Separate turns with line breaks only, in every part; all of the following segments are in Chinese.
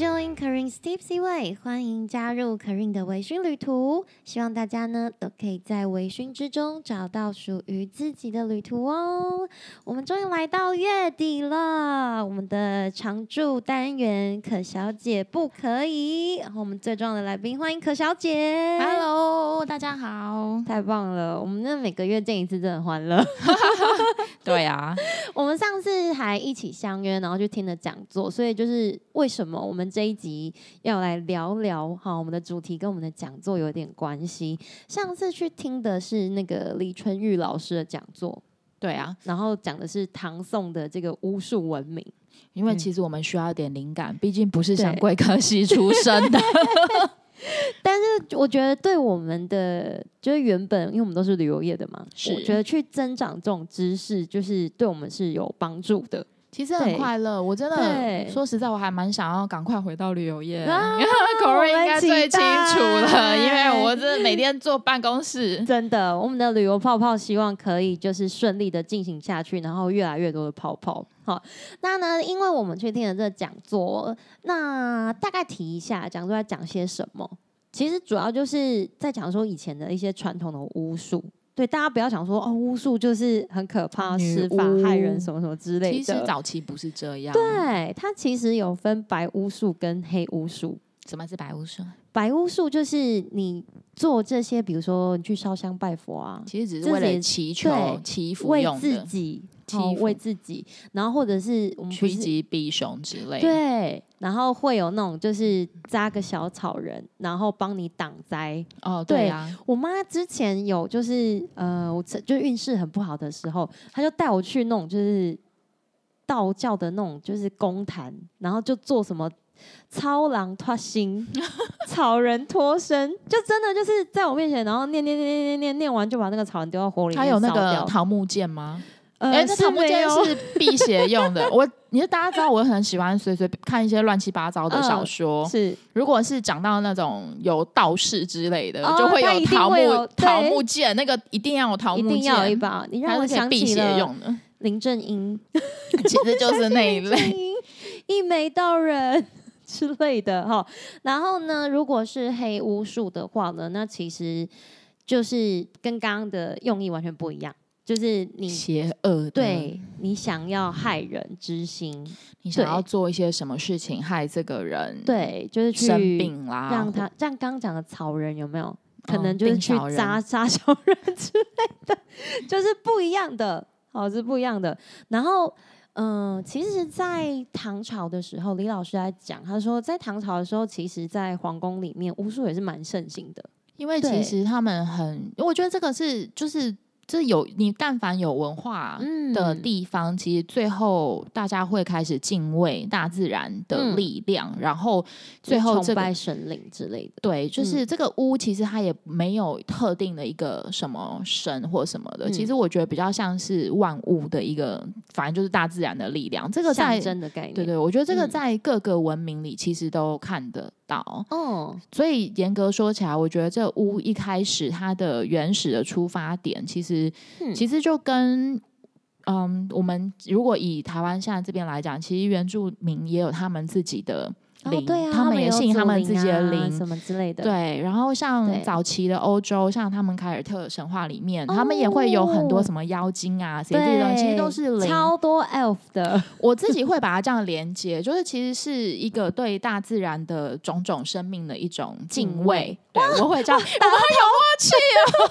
迎 Steve C 位，欢迎加入 Karin 的微醺旅途。希望大家呢都可以在微醺之中找到属于自己的旅途哦。我们终于来到月底了，我们的常驻单元可小姐不可以，然后我们最重要的来宾，欢迎可小姐。
Hello，大家好。
太棒了！我们那每个月见一次，真的很欢乐。
对啊，
我们上次还一起相约，然后去听了讲座，所以就是为什么我们这一集要来聊聊哈，我们的主题跟我们的讲座有点关系。上次去听的是那个李春玉老师的讲座，
对啊，
然后讲的是唐宋的这个巫术文明。
因为
嗯
其实我们需要一点灵感，毕竟不是像
对
贵科系出身 的。
我觉得对我们的就是原本，因为我们都是旅游业的嘛，
是
我觉得去增长这种知识，就是对我们是有帮助的。
其实
对
很快乐，我真的
对
说实在，我还蛮想要赶快回到旅游业。
啊
因为 Corey
我们
应该最
期
清楚
待
了，因为我真的每天坐办公室。
真的，我们的旅游泡泡希望可以就是顺利的进行下去，然后越来越多的泡泡。好，那呢，因为我们去听了这讲座，那大概提一下讲座在讲些什么。其实主要就是在讲说以前的一些传统的巫术。对，大家不要想说哦，巫术就是很可怕，
女
施法
巫
害人什么什么之类的。
其实早期不是这样。，
对，它其实有分白巫术跟黑巫术。
什么是白无生？
白巫术就是你做这些，比如说你去烧香拜佛啊，
其实只
这
是为
也
了祈求
对、
祈福
为
用
自
的，
己，
欺
哦，
负
为自己，然后或者是我们不
趋
是
吉避凶之类。，
对，然后会有那种就是扎个小草人，然后帮你挡灾。
哦，
对
对啊，
我妈之前有就是呃，我这就运势很不好的时候，她就带我去那种就是道教的那种就是公坛，然后就做什么。超狼脱 心，草人脱身，就真的就是在我面前，然后念念念念念念念完，就把那个草人丢到火里面
他有那
烧
个
掉
桃木剑吗？
呃
哎、这
是
桃木
没
剑
有
是 辟邪用的。我，你就大家知道，我很喜欢随随便看一些乱七八糟的小
嗯
说。
是
如果是讲到那种有道士之类的，
哦
就会
它一
有
定
桃木
会有
桃
对
木剑，那个一定要有桃
一
木
定
剑，
要有一把。你让
它
我
是可以
想
辟
起
邪
了
用的。
林正 英，
其实就是那一类。
一眉道人 之类的哈。然后呢，如果是黑巫术的话呢，那其实就是跟刚刚的用意完全不一样，就是 你
邪嗯恶的，
对你想要害人之心，
你想
对
要做一些什么事情害这个人，，
对，就是去
生病啦，
让
啊或
他像刚刚讲的草人有没有？可
嗯
能就是
定
去
小人
扎扎小人之类的，就是不一样的，好是不一样的。然后，嗯、其实，在唐朝的时候，李老师在讲，他说在唐朝的时候，其实，在皇宫里面，巫术也是蛮盛行的。
因为
对
其实他们很，我觉得这个是就是这有你但凡有文化
嗯
啊的地方，其实最后大家会开始敬畏大自然的
嗯
力量，然后
就
最后
崇
这个
拜嗯神灵之类的，
对，就是这个巫，其实它也没有特定的一个什么神或什么的。其
嗯
实我觉得比较像是万物的一个，反正就是大自然的力量。这个在
象征的概念。
对对，我觉得这个
嗯
在各个文明里其实都看得到。
哦，
所以严格说起来，我觉得这巫一开始它的原始的出发点，其实、
嗯
其实就跟嗯，我们如果以台湾现在这边来讲，其实原住民也有他们自己的灵，
哦对啊，
他们也
有
信
祖
他们自己的
灵啊
灵。
什么之类的。，
对，然后
对
像早期的欧洲，像他们凯尔特神话里面，他们也会有很多
哦
什么妖精啊，谁这些东
对，
西，其实都是灵。
超多 elf 的。
我自己会把它这样连接，就是其实是一个对大自然的种种生命的一种敬畏。对，我会这样，我们很有默契哦。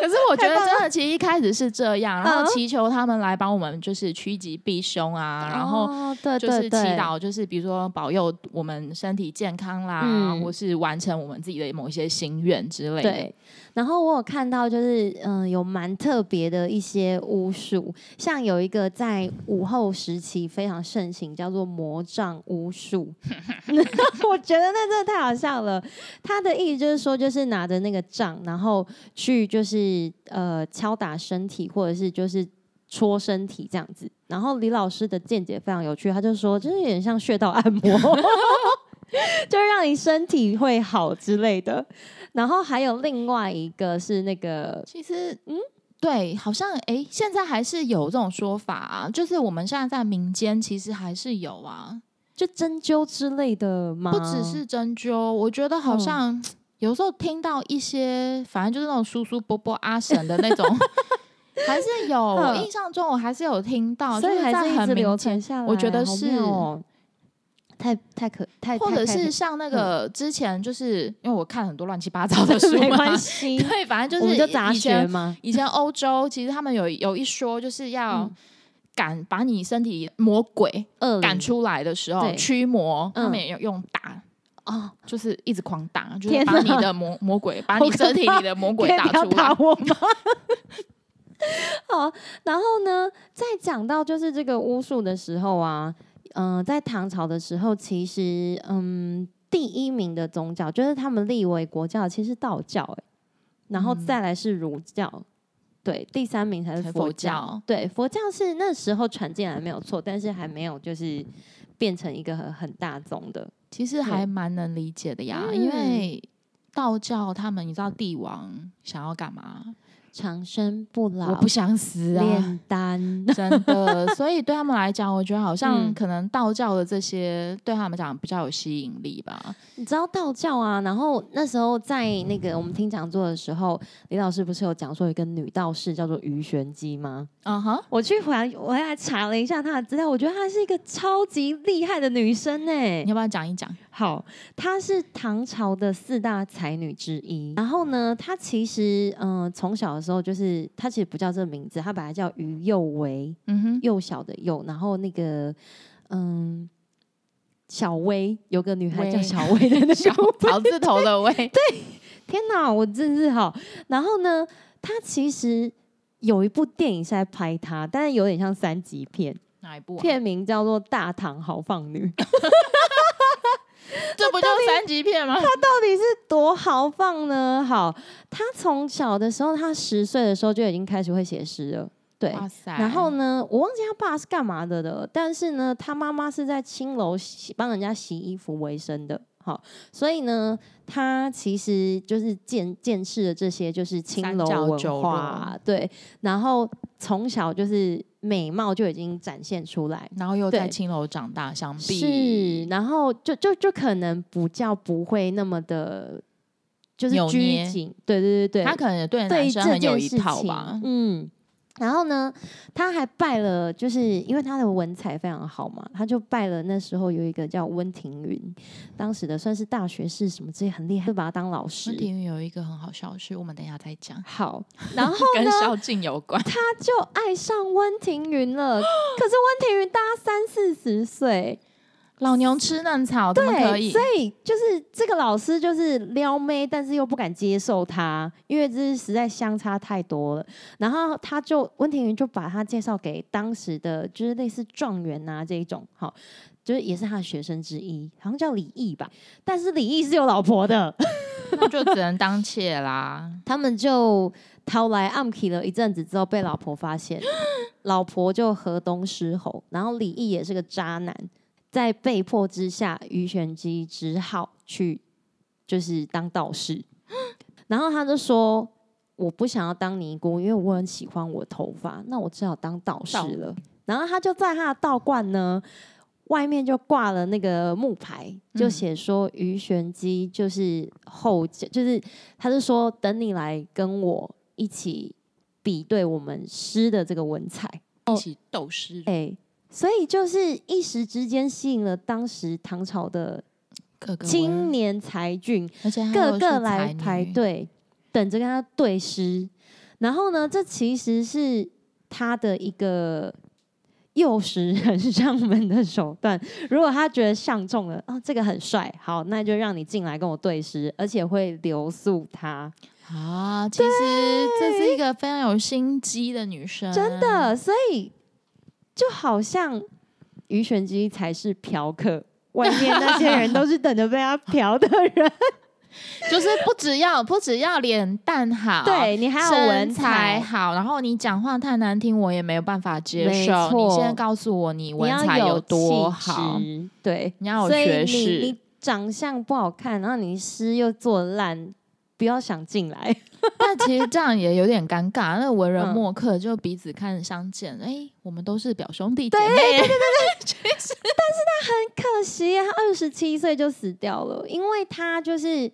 可是我觉得真的，其实一开始是这样，然后
嗯
祈求他们来帮我们，就是趋吉避凶啊，然后。
哦对
就是
对
祈
对
祷，就是比如说保佑我们身体健康啦，
嗯
或是完成我们自己的某一些心愿之类的。
对，然后我有看到，就是嗯、呃有蛮特别的一些巫术，像有一个在午后时期非常盛行，叫做魔杖巫 术。 我觉得那真的太好笑了。他的意思就是说，就是拿着那个杖，然后去就是呃敲打身体，或者是就是。戳身体这样子，然后李老师的见解非常有趣，他就说，就是有点像穴道按摩， 就是让你身体会好之类的。然后还有另外一个是那个，
其实，嗯，对，好像诶，现在还是有这种说法、啊，就是我们现在在民间其实还是有啊。
就针灸之类的吗？
不只
嗯
是针灸，我觉得好像、有时候听到一些，反正就是那种叔叔伯伯阿婶的那种， 还是有。 我
嗯
印象中我还是有听到，
所以
哦就是
还
在
是一直
很
流
明
传
显
下来。
我觉得
好
是
妙哦太太可太，
或
太
者
太
是
太
像那
嗯
个之前，就是因为我看很多乱七八 糟的书
没
嘛
关，系，
对，反正
我
就
们
是
就杂
以
学
前
嘛。
以前欧洲其实他们有有一说，就是要
嗯
赶把你身体魔鬼
恶
赶
灵
出来的时候，
对
驱魔，他
嗯
们也有用打。
哦，
就是一直狂打，就是
天
把你
哪
的魔魔鬼，把
好
你
可
身体
怕
里的魔
可
鬼
以
打
不要
出来
打。我 吗？好，然后呢，再讲到就是这个巫术的时候啊，嗯、在唐朝的时候，其实嗯，第一名的宗教就是他们立为国教，其实是道教、欸，然后再来是儒教。对，第三名才是
才
佛
佛
教。
教
对，佛教是那时候传进来没有错，但是还没有就是变成一个很很大宗的。
其实还蛮能理解的呀，
嗯
因为道教他们，你知道帝王想要干嘛？
长生不老，
我不想死啊，
炼丹，
真的。所以对他们来讲，我觉得好像
嗯
可能道教的这些对他们讲比较有吸引力吧。
你知道道教啊？然后那时候在那个我们听讲座的时候，李老师不是有讲说有一个女道士叫做鱼玄机吗？
嗯哼，
我去回来我还查了一下她的资料，我觉得她是一个超级厉害的女生呢、
你要不要讲一讲？
好，她是唐朝的四大才女之一。然后呢，她其实嗯，呃从、小的时候就是她其实不叫这个名字，她本来叫于幼为，
嗯哼，
幼小的幼，然后那个嗯。小薇有个女孩叫
薇
小薇的那
小
个
草字头的喂，对，
天哪，我真是好。然后呢，他其实有一部电影是在拍他，但是有点像三级片，
哪一部啊？
片名叫做《大唐豪放女》。
这不就三级片吗？
到底是多豪放呢？好，他从小的时候，他十岁的时候就已经开始会写诗了。对，
哇塞！
然后呢，我忘记他爸是干嘛的了，但是呢，他妈妈是在青楼洗帮人家洗衣服为生的。好，所以呢，他其实就是见见识了这些，就是青
三
楼
教九
文
流
化，对。然后从小就是美貌就已经展现出来，
然后又在
对
青楼长大，想
是，
必
然后就就就可能不叫不会那么的，就是
扭
拘
捏
谨，对对对对，
他可能也
对
对男生
这
很有
件
一
事
套
情，
吧。
嗯，然后呢，他还拜了，就是因为他的文采非常好嘛，他就拜了那时候有一个叫温庭筠，当时的算是大学士什么之类，很厉害，就把他当老师
温。庭筠有一个很好笑的事，我们等一下再讲，
好，然后
跟萧敬有关。
他就爱上温庭筠了。 可是温庭筠大他三四十岁，
老牛吃嫩草，怎么可
对，
以
所？以就是这个老师就是撩妹，但是又不敢接受他，因为这是实在相差太多了。然后他就温庭筠就把他介绍给当时的就是类似状元啊这一种，好，就是也是他的学生之一，好像叫李毅吧。但是李毅是有老婆的，
那就只能当妾啦。
他们就逃来暗 k 了一阵子之后，被老婆发现，老婆就河东狮吼，然后李毅也是个渣男，在被迫之下，于玄机只好去就是当道士，然后他就说。我不想要当尼姑，因为我很喜欢我的头发，那我只好当道士
道
了。然后他就在他的道观呢，外面就挂了那个木牌，就
嗯
写说于玄机就是后，就是他是说等你来跟我一起比对我们诗的这个文采，
一起斗诗，
哦哎、所以就是一时之间吸引了当时唐朝的
各个
青
文，
年才俊，
而且
各个来排，队，等着跟他对诗。然后呢，这其实是他的一个诱使人上门的手段。如果他觉得相中了，哦，这个很帅，好，那就让你进来跟我对诗，而且会留宿他。
啊！其实这是一个非常有心机的女生，
真。的，所以就好像鱼玄机才是嫖客，外面那些人都是等着被他嫖的人。
就是不只要不只要脸蛋 好，
对你还有文
身材好，然后你讲话太难听，我也没有办法接
没
受。你
错
现在告诉我你
你
文
要
采
有
多
气
好，
质，对，
你要有
所以
学
你
识
你长相不好看，然后你诗又做烂，不要想进来。
但其实这样也有点尴尬。那文人
嗯
墨客就彼此看相见，哎、我们都是表兄弟姐妹。
可惜啊他二十七岁就死掉了，因为他就是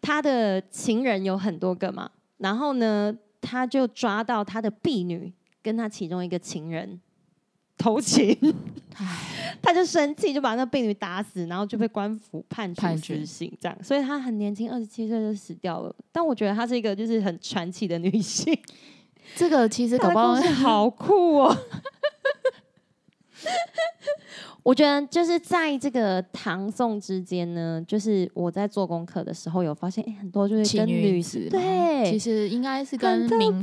他的情人有很多个嘛，然后呢，他就抓到他的婢女跟他其中一个情人偷情， 他就生气，就把那婢女打死，然后就被官府判处
判决
死刑，这样，所以他很年轻，二十七岁就死掉了。但我觉得她是一个就是很传奇的女性，
这个其实搞
她
不
的 故
好
事好酷哦。 我觉得就是在这个唐宋之间呢，就是我在做功课的时候有发现，哎、很多就是
奇
跟
女
女
子嘛
对，
其实应该是跟
很特
民风的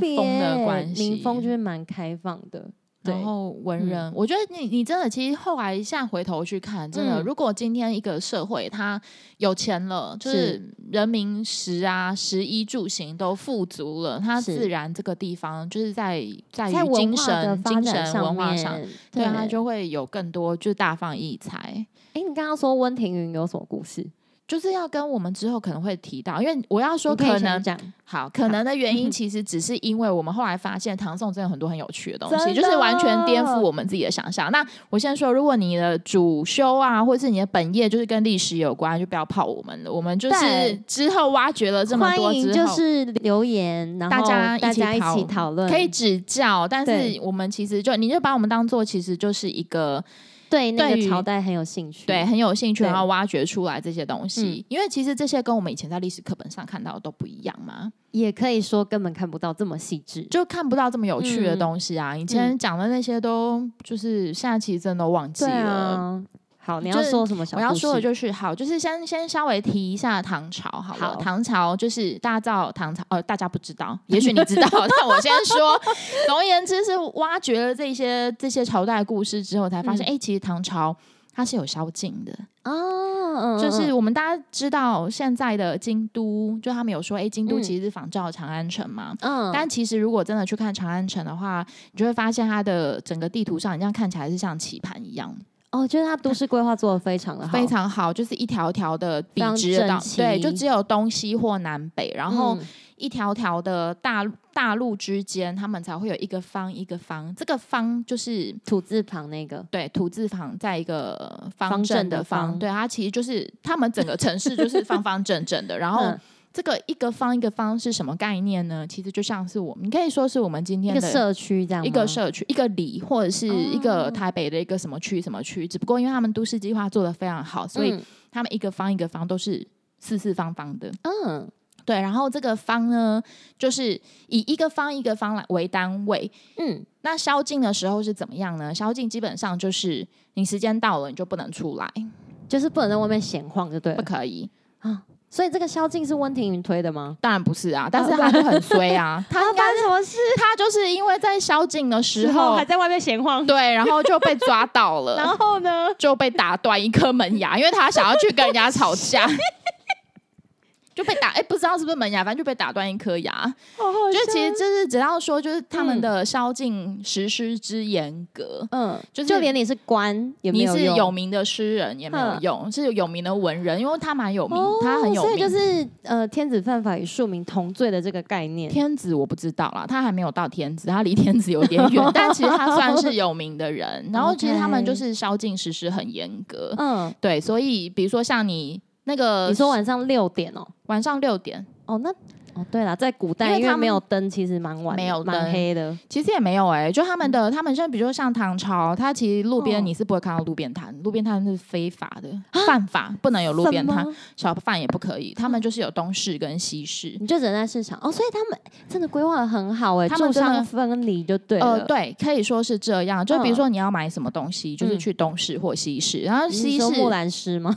别
关系。
民风就是蛮开放的，对嗯
然后文人，我觉得你你真的，其实后来现在回头去看，真
嗯
的，如果今天一个社会它有钱了，就是
是
人民食啊、食衣住行都富足了，它
是
自然这个地方就是在在
在
于
文
精
化的
神、
发
精
展
神文化
面
上，对
对
啊，它就会有更多就是大放异彩。
哎、你刚刚说温庭筠有什么故事？
就是要跟我们之后可能会提到，因为我要说
你可以
可
先
能
讲，
好，可能的原
嗯
因其实只是因为我们后来发现唐宋真的有很多很有趣的东
真
西，就是完全颠覆
的
我们自己的想象。那我先说，如果你的主修啊，或是你的本业就是跟历史有关，就不要泡我们了。我们就是
对
之后挖掘了这么
欢
多之
迎
后，
就是留言，然
大
后
家
大家
一
一
起
起讨论，
可以指教，但是
对
我们其实就你就把我们当做其实就是一个
对那
对于
个朝代很有兴趣，
对，很有兴趣，
对嗯
然后挖掘出来这些东西，因为其实这些跟我们以前在历史课本上看到的都不一样嘛。
也可以说根本看不到这么细致，
就看不到这么有趣的
嗯
东西啊！以前讲的那些都就是现在其实真的都忘记
对
了。
啊。好，你
就
要
是
说什么小
我
故事？
要说的就是好，就是先先稍微提一下唐朝好了。
好
唐朝就是大家知道唐朝，呃，大家不知道，也许你知道， 但我先说。总而言之，是挖掘了这些这些朝代故事之后，才发
嗯
现，哎、其实唐朝它是有宵禁的。
啊，嗯
就是
嗯
我们大家知道现在的京都，就他们有说，哎、京都
嗯
其实是仿照长安城嘛。
嗯，
但其实如果真的去看长安城的话，你就会发现它的整个地图上，你这样看起来是像棋盘一样，
哦，就是它都市规划做的非常的好，
非常好，就是一条条的
非
笔
常
直的道
整，齐
对，就只有东西或南北，然后
嗯
一条条的大路大路之间，他们才会有一个方一个方，这个方就是。
土字旁那个，
对，土字旁在一个方
方
正
正
的
的
方，
方
对，它其实就是他们整个城市就是方方正正的，然后
嗯
这个一个方一个方是什么概念呢？其实就像是我们，你可以说是我们今
一
天
个
的
社区这样吗，哦
一个社区、一个里，或者是一个台北的一个什么区、什么区。只不过因为他们都市计划做的非常好，所以
嗯
他们一个方一个方都是四四方方的。
嗯
对，然后这个方呢，就是以一个方一个方来为单位。
嗯
那宵禁的时候是怎么样呢？宵禁基本上就是你时间到了你就不能出来，
就是不能在外面闲晃，就对
不
了。
可以。
啊所以这个宵禁是温庭筠推的吗？
当然不是啊，但
哦
是他就很衰啊， 他
他发生什么事
他就是因为在宵禁的时
之后
候
还，在外面闲 晃？
对，然后就被抓 到了，
然后呢？
就被打断一颗门牙，因为他想要去跟人家 吵架，就被打。哎、不知道是不是门牙，反正就被打断一颗牙。就其实就是只要说，就是他们的宵禁实施之严格。
嗯，
就是
就连你是官也没
你
有
是
用
有名的诗人也没有
嗯
用，是有名的文人，因为他蛮有名，
哦
他很有
所
名。
以就是呃，天子犯法与庶民同罪的这个概念。
天子我不知道啦，他还没有到天子，他离天子有点 远，但其实他算是有名的人。然后其实他们
OK
就是宵禁实施很严格，
嗯，
对，所以比如说像你那个
你说晚上六点哦，
晚上六点，
哦那哦对了，在古代
因为
因为
他们
没有灯，其实蛮晚的，
没有灯
蛮黑的。
其实也没有哎、就他们的，他们现在比如说像唐朝，它其实路边
嗯哦啊
你是不会看到路边摊，路边摊是非法的，犯法，不能有路边
什
摊，
么
小贩也不可以。他们就是有东市跟西市。
你就只能在市场哦，所以他们真的规划的很好哎，
他们
住
真的
商分离就对
呃，
了。
对，可以说是这样。就比如
嗯
说你要买什么东西，就是
嗯
去东市或西市，然后
你
西
是
市
说木兰诗吗？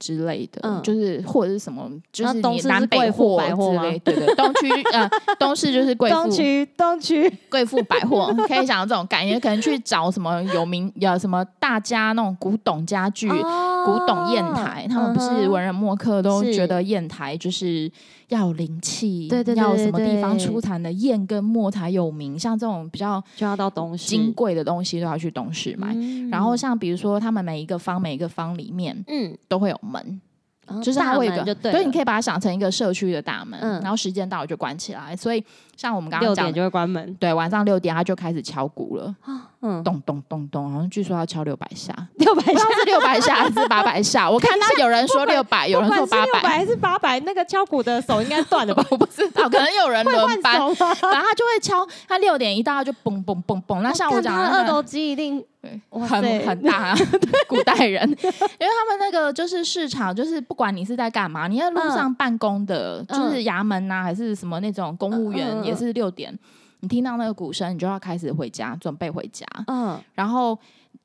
之类的，
嗯
就是或者是什么，就
那
是
东
你
市是
南北
贵妇
货
百货
之
吗
类的，对对，东区呃东市就是贵妇
东区，东区，
贵妇百货，可以讲到这种感觉，可能去找什么有名呃什么大家那种古董家具，古董砚台，他们不
哦嗯
是
哼
文人墨客都
是
觉得砚台就是要有灵气，
对对对
要
对
什么地方
对
出产的砚跟墨才有名，像这种比较
就要到东市
金贵的东西都要去东市买。
嗯
然后像比如说，他们每一个方每一个方里面
嗯，
都会有门，
然后
就是它
嗯大
会有一
门
个，
就对了，
你可以把它想成一个社区的大门，
嗯
然后时间到了就关起来。所以像我们刚刚
六
讲
点
的，
就会关门
对，晚上六点它就开始敲鼓了，
啊，嗯，
咚咚咚咚，好像据说要敲六百下，
六百
不知
下
道是六百下还是八百下。我看到有人说六百，有人说
不管是
八
六百
百，
还是八百，那个敲鼓的手应该断了吧？
我不知 哦道，可能有人轮班。
换手 吗？
然后他就会敲，他六点一到就嘣嘣嘣嘣。那像我
看
讲
他
的
的
那
二
个
头肌一定
对，
哇塞
很很大、 啊，古代人，因为他们那个就是市场，就是不管你是在干嘛，你在路上办公的，
嗯
就是衙门呐、还是什么那种公务员，
嗯嗯嗯
也是六点，你听到那个鼓声，你就要开始回家，准备回家，
嗯
然后。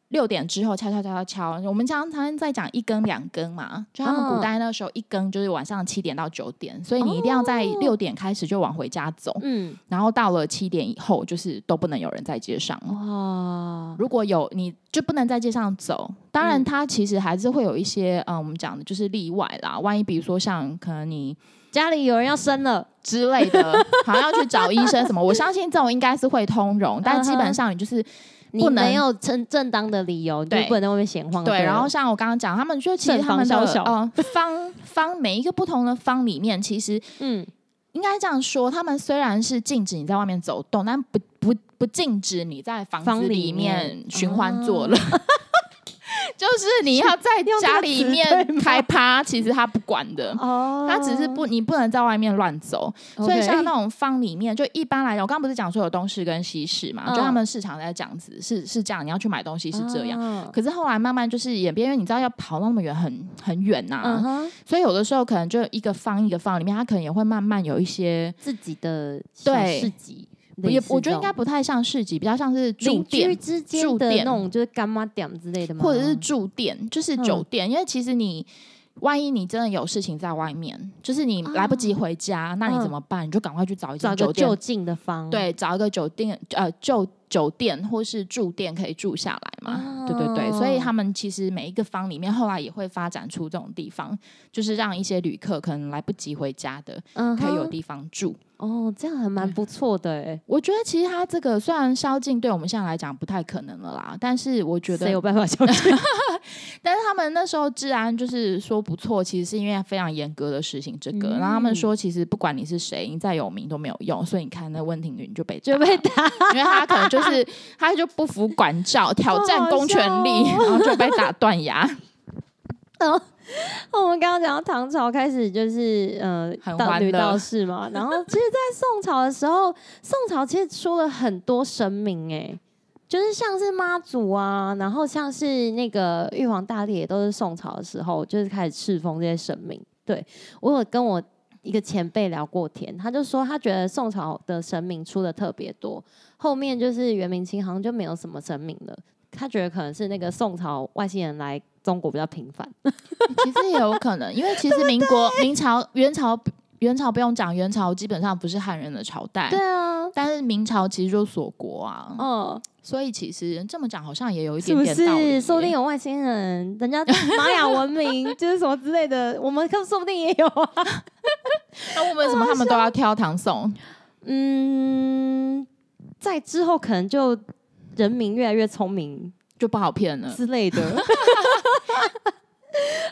六点之后敲敲敲敲敲，我们常常在讲一更两更嘛，就他们古
嗯
代那时候一更就是晚上七点到九点，所以你一定要在
哦
六点开始就往回家走，
嗯
然后到了七点以后就是都不能有人在街上了。
哇
如果有你就不能在街上走，当然
嗯
它其实还是会有一些，嗯，我们讲的就是例外啦。万一比如说像可能你
家里有人要生了，
之类的，好像要去找医生 什么，我相信这种应该是会通融，但
嗯
基本上你就是
你
不能
没有正正当的理由，你就
对
不能在外面闲晃。
对。
了
然后像我刚刚讲，他们就其实
正
他们的
房小小
呃方方每一个不同的方里面，其实
嗯
应该这样说，他们虽然是禁止你在外面走动，但不不不禁止你在房
房
子
里
里面
面
寻欢作
哦
乐。 就是你要在
用这
家
个
里
词
面
对吗
开趴，其实他不管的，
哦
他只是不你不能在外面乱走。所以像那种方里面，就一般来讲，我刚刚不是讲说有东市跟西市嘛，就他
嗯
们市场在讲子是是这样，你要去买东西是这样。
样，
可是后来慢慢就是演变，因为你知道要跑那么远很很远呐、
嗯哼，
所以有的时候可能就一个方一个方里面，它可能也会慢慢有一些，
自己的小
对
市集，类
也
似
我觉得
这
应该
种
不太像市集，比较像是住
邻居
店，
之间
住
的
店
那种就是干妈点之类的吗？
或者是住店，就是酒
嗯
店，因为其实你。万一你真的有事情在外面，就是你来不及
啊
回家，那你怎
嗯
么办？你就赶快去找一
找
间
个
酒店，
就近的方，
对，找一个酒店，呃，就酒店或是住店可以住下来嘛。对对对，所以
哦
他们其实每一个方里面，后来也会发展出这种地方，就是让一些旅客可能来不及回家的，
嗯哼，
可以有地方住。
哦，这样还蛮不错的哎。
我觉得其实它这个虽然宵禁对我们现在来讲不太可能了啦，但是我觉
谁
得
有，办法相信？
但是他们那时候治安就是说不错，其实是因为非常严格的实行这个。然后他们
嗯
说，其实不管你是谁，你再有名都没有用。所以你看那温庭筠就被
就
打
被打，
因为他可能就是 他就不服管教，挑战公权力，
好
然后就被打断牙，
我们刚刚讲到唐朝开始就是呃
很
到
欢
女
乐
道士嘛，然后其实，在宋朝的时候，宋朝其实出了很多神明哎、就是像是妈祖啊，然后像是那个玉皇大帝也都是宋朝的时候，就是开始侍奉这些神明。对我有跟我一个前辈聊过天，他就说他觉得宋朝的神明出的特别多，后面就是元明清好像就没有什么神明了。他觉得可能是那个宋朝外星人来中国比较频繁，
其实也有可能，因为其实民国、明朝、元朝、元朝不用讲，元朝基本上不是汉人的朝代，
对啊，
但是明朝其实就锁国啊，
嗯，
所以其实这么讲好像也有一
是
点
不
点道理耶。
是？说不定有外星人， 人家玛雅文明就是什么之类的，我们可说不定也有啊。
那为什么他们都要挑唐宋？
嗯，在之后可能就人民越来越聪明
就不好骗了。
之类的。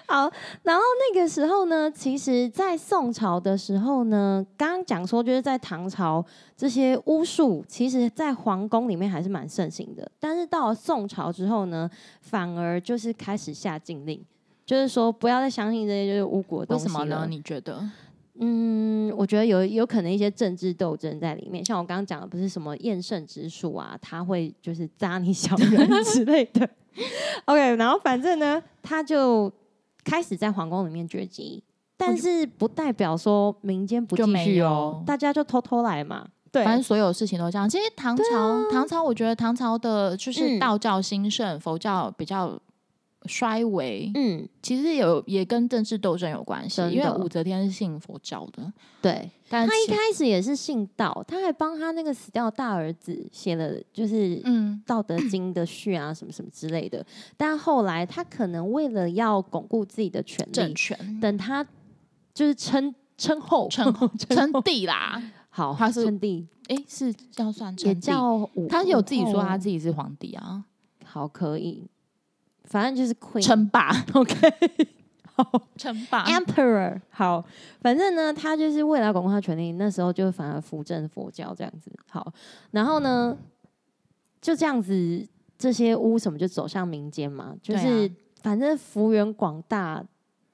好，然后那个时候呢，其实，在宋朝的时候呢，刚刚讲说，就是在唐朝这些巫术，其实在皇宫里面还是蛮盛行的。但是到了宋朝之后呢，反而就是开始下禁令，就是说不要再相信这些就是巫蛊的
为
东西
什么呢
了？
你觉得？
嗯，我觉得有有可能一些政治斗争在里面，像我刚刚讲的，不是什么厌胜之术啊，他会就是扎你小 人之类的。OK，然后反正呢，他就开始在皇宫里面绝迹，但是不代表说民间不
就
继
没
续
有
哦，大家就偷偷来嘛。对，啊
反正所有事情都这样。其实唐朝，唐朝，我觉得唐朝的就是
嗯
道教兴盛，佛教比较衰微，
嗯，
其实有也跟政治斗争有关系
真，的
因为武则天是信佛教的，
对
但
他一
其
开始也是信道，他还帮他那个死掉的大儿子写了就是
嗯
《道德经》的序啊，什么什么之类的。但后来他可能为了要巩固自己的权
政
利，
权
等他就是称 称后
称
后
称帝啦，
好，
他是
称帝，
诶，是要算称
也
帝，
叫哦武
他有自己说他自
己
己是皇帝啊，
好可以，反正就是 queen
称霸
OK
称霸
emperor 好，反正呢，他就是为了要巩固他的权利，那时候就反而扶正佛教这样子。好，然后呢，就这样子，这些巫什么就走向民间嘛，就
对啊
是、反正幅员广大，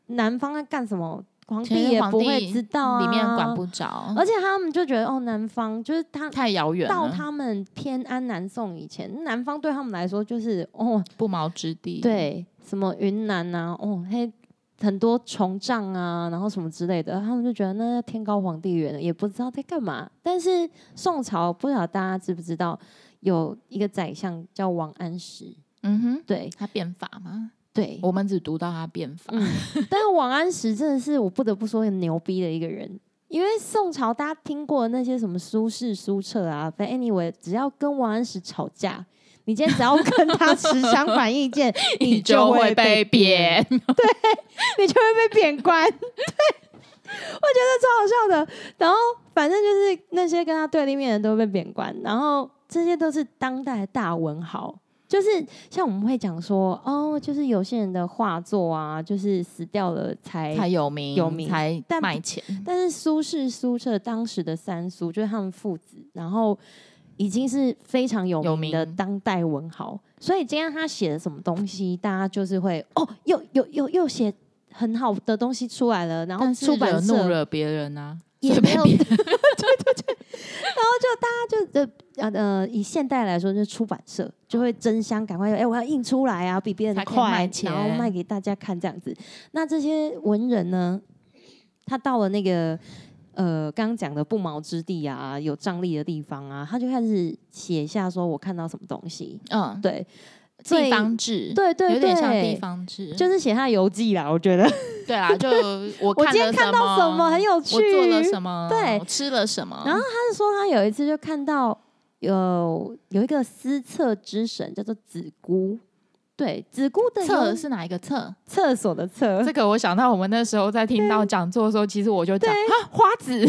南方在干什么，皇
其
帝
实
也
皇
不会
帝
知道、啊，
里面管不着，
而且他们就觉得哦，南方就是他。
太遥远
到
了，
他们偏安南宋以前，南方对他们来说就是哦，
不毛之地，，
对，什么云南啊，哦，嘿，很多虫瘴啊，然后什么之类的，他们就觉得那天高皇帝远了，也不知道在干嘛。但是宋朝不晓得大家知不知道，有一个宰相叫王安石，
嗯哼，
对
他变法吗？
对，
我们只读到他变法，
嗯， 但是王安石真的是我不得不说很牛逼的一个人。因为宋朝大家听过的那些什么苏轼、苏辙啊，反正 anyway，只要跟王安石吵架，你今天只要跟他持相反意见， 你就会被贬。
贬。
你就会被贬官。 对，我觉得超好笑的。然后反正就是那些跟他对立面的人都会被贬官，然后这些都是当代的大文豪。就是像我们会讲说，哦，就是有些人的画作啊，就是死掉了才
才有名，
有名
才
但
卖钱。
但是苏轼、苏辙当时的三苏，就是他们父子，然后已经是非常有
有
名的
名
当代文豪，所以今天他写的什么东西，大家就是会哦，又又又又写很好的东西出来了，然后
但是
出版
惹怒
社
了别人啊，
也
所以
没
被
有，对
贬
对对，然后就大家就呃呃以现代来说，就是出版社就会争相赶快，哎、我要印出来啊，比别人
才可以
快
卖，钱
然后卖给大家看这样子。那这些文人呢，他到了那个呃刚刚讲的不毛之地啊，有瘴疠的地方啊，他就开始写下说我看到什么东西，
嗯，
对最
地方志，
对对对，
有点像地方志，
就是写他的游记啦，我觉得。
对 啦，就我
我
看
今天
了
看到什么很有
我做了
趣
什么，
对
我吃了什么，
然后他是说他有一次就看到有有一个司厕之神叫做子姑，对，呃子姑的
厕
有
是哪一个厕？
厕所的厕，
这个我想到我们那时候在听到讲座的时候，其实我就讲啊，花 子，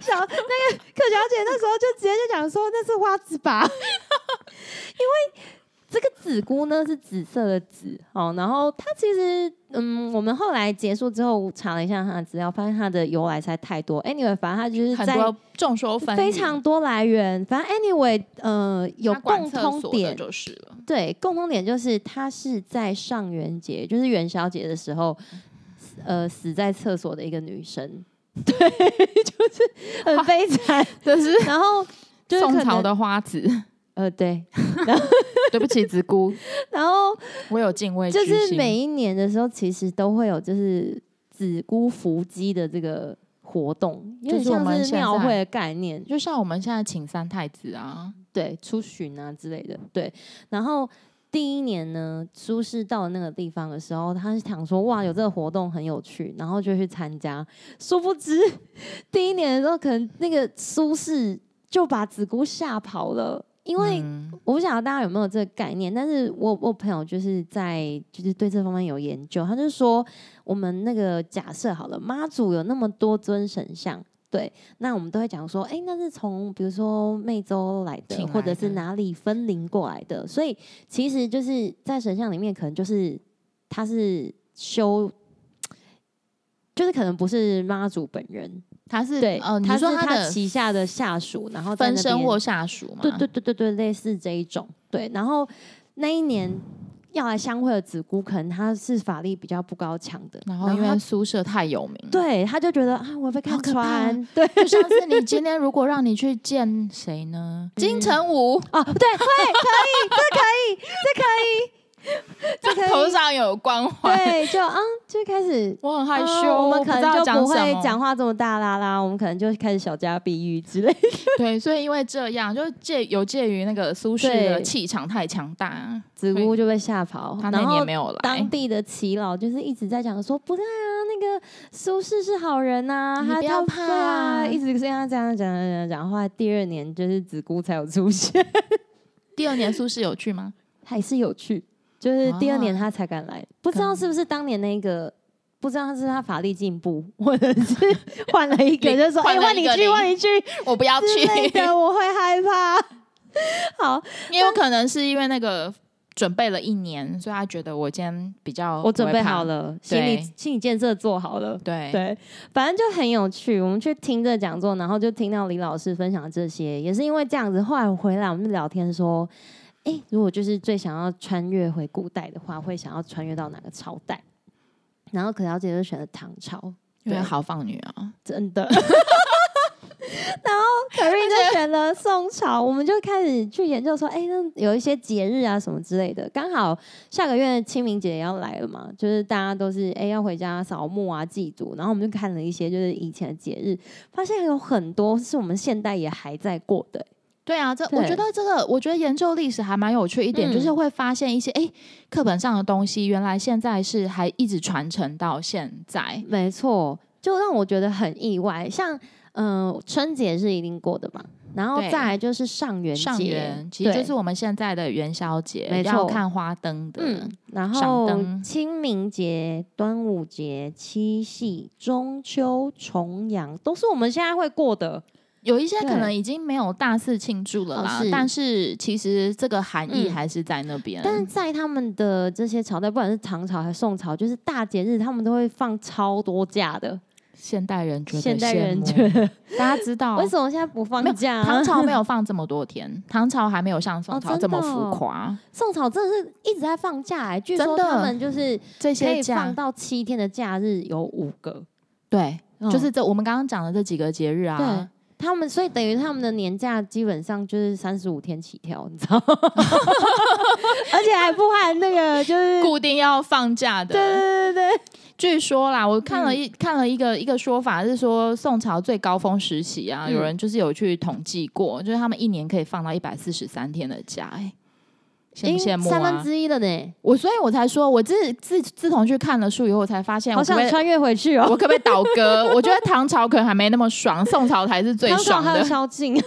小那个柯小姐那时候就直接就讲说那是花枝 吧，因为这个紫菇呢是紫色的紫哦，然后它其实嗯，我们后来结束之后查了一下它的资料，发现它的由来实在太多。Anyway，反正它就是
很
在
多众说纷纭，
非常多来源，反正 anyway，呃，有
他管
共
厕
通
所的
点
就是了，
对，共同点就是他是在上元节，就是元宵节的时候，死呃，死在厕所的一个女生。 对，就是很悲惨。
这是
然后就是可
宋
能
朝的花子，
呃，对，
对不起，子姑，
然后
我有敬畏之
就
心，
是每一年的时候，其实都会有就是子姑伏击的这个活动，有
就
点
是我
像
们
是
现
庙
在
会的概念。
就像我们现在请三太子啊，
对，出巡啊之类的，对。然后第一年呢，苏轼到了那个地方的时候，他是想说哇，有这个活动很有趣，然后就去参加。殊不知，第一年的时候，可能那个苏轼就把子姑吓跑了，因为
嗯
我不晓得大家有没有这个概念，但是我我朋友就是在就是对这方面有研究，他就说我们那个假设好了，妈祖有那么多尊神像。对，那我们都会讲说，哎、那是从比如说湄洲来的，
请来的
或者是哪里分灵过来的，所以其实就是在神像里面，可能就是他是修，就是可能不是妈祖本人，
他是
对，
呃，你
他
说
是他
的
旗下的下属，然后在
分
那
身
边
或下属嘛？
对对对对对，类似这一种。对，然后那一年要来相会的子姑，可能她是法力比较不高强的，
然后因
她
为宿舍太有名，，
对，她就觉得啊，我被看
好可怕
穿，对
就像是你今天如果让你去见 谁呢？金城武，
哦，对，会可以，这可以，这可以。就可以
头上有光环。
对，就嗯，就开始
我 很害羞，
嗯我们
不
可
知道
能就
讲
不
什
会
么
讲话这么大啦啦，我们可能就开始小家碧玉之类 的。
对，所以因为这样，就介有介于那个苏轼的
对
气场太强大，
子姑就被吓跑，
他那
然后
年没有来
当。地的耆老就是一直在讲说，不对啊，那个苏轼是好人呐、
你
他
不
他
要怕
对啊，一直跟他这样讲讲讲讲，后来第二年就是子姑才有出现，
第二年苏轼有去吗？
还是有趣，就是第二年
啊
他才敢来，不知道
跟
是不是当年那个。不知道是他法力进步，或者 是换了一个，就是说，
换
哎，
了
换
一
你
个
去，
零
换你去
我不要去，
之类的，我会害怕。 好，
也有可能是因为那个准备了一年，所以他觉得我今天比较
我准备好
了，
了，心理
对
心理建设做好了。
对
对，反正就很有趣。我们去听这讲座，然后就听到李老师分享这些，也是因为这样子，后来我回来我们就聊天说，哎、如果就是最想要穿越回古代的话，会想要穿越到哪个朝代？然后可了姐就选了唐朝，
因为
对
豪放女啊，
真 的。然后可瑞就选了宋朝，我们就开始去研究说，哎、那有一些节日啊什么之类的，刚好下个月清明节也要来了嘛，就是大家都是哎、要回家扫墓啊祭祖，然后我们就看了一些就是以前的节日，发现有很多是我们现代也还在过的、
对啊，这
对
我觉得这个，我觉得研究历史还蛮有趣一点，
嗯
就是会发现一些哎课本上的东西，原来现在是还一直传承到现在。
没错，就让我觉得很意外，像嗯、呃春节是一定过的嘛，然后
对
再来就是上元节，
上元其实就
对
是我们现在的元宵节，
没错
要看花灯的。
嗯，然
赏
后
灯
清明节、端午节、七夕、中秋、重阳，都是我们现在会过的。
有一些可
对
能已经没有大肆庆祝了啦，
哦是
但是其实这个含义
嗯
还是在那边。
但是在他们的这些朝代，不管是唐朝还是宋朝，就是大节日，他们都会放超多假的。
现代人觉得
现代人
羡
觉
慕
得，
大家知道
为什么现在不放
没有
假、啊
唐朝没有放这么多天，唐朝还没有像宋
哦
朝
真的
这么
哦
浮夸。
宋朝真的是一直在放假、欸，据
真
说
的
他们就是
这
可
些
以
假
放到七天的假日有五个，
对，
嗯
就是这我们刚刚讲的这几个节日啊
对，他们，所以等于他们的年假基本上就是三十五天起跳，你知 道吗？ 而且还不含那个，就是
固定要放假的。
对嗯对对对
据说啦，我看了一、看了一个一个说法是说，宋朝最高峰时期啊，
嗯
有人就是有去统计过，就是他们一年可以放到一百四十三天的假、哎，羡
对，
不
已
羡
经
慕
三分
啊？
之一了呢，
我所以我才说，我自自自从去看了书以后，我才发现我
好
可
想
不可以，
穿越回去
我
哦。
可不可以倒戈？我觉得唐朝可能还没那么爽，宋朝才是最
唐朝
爽
还有
的。
宵禁，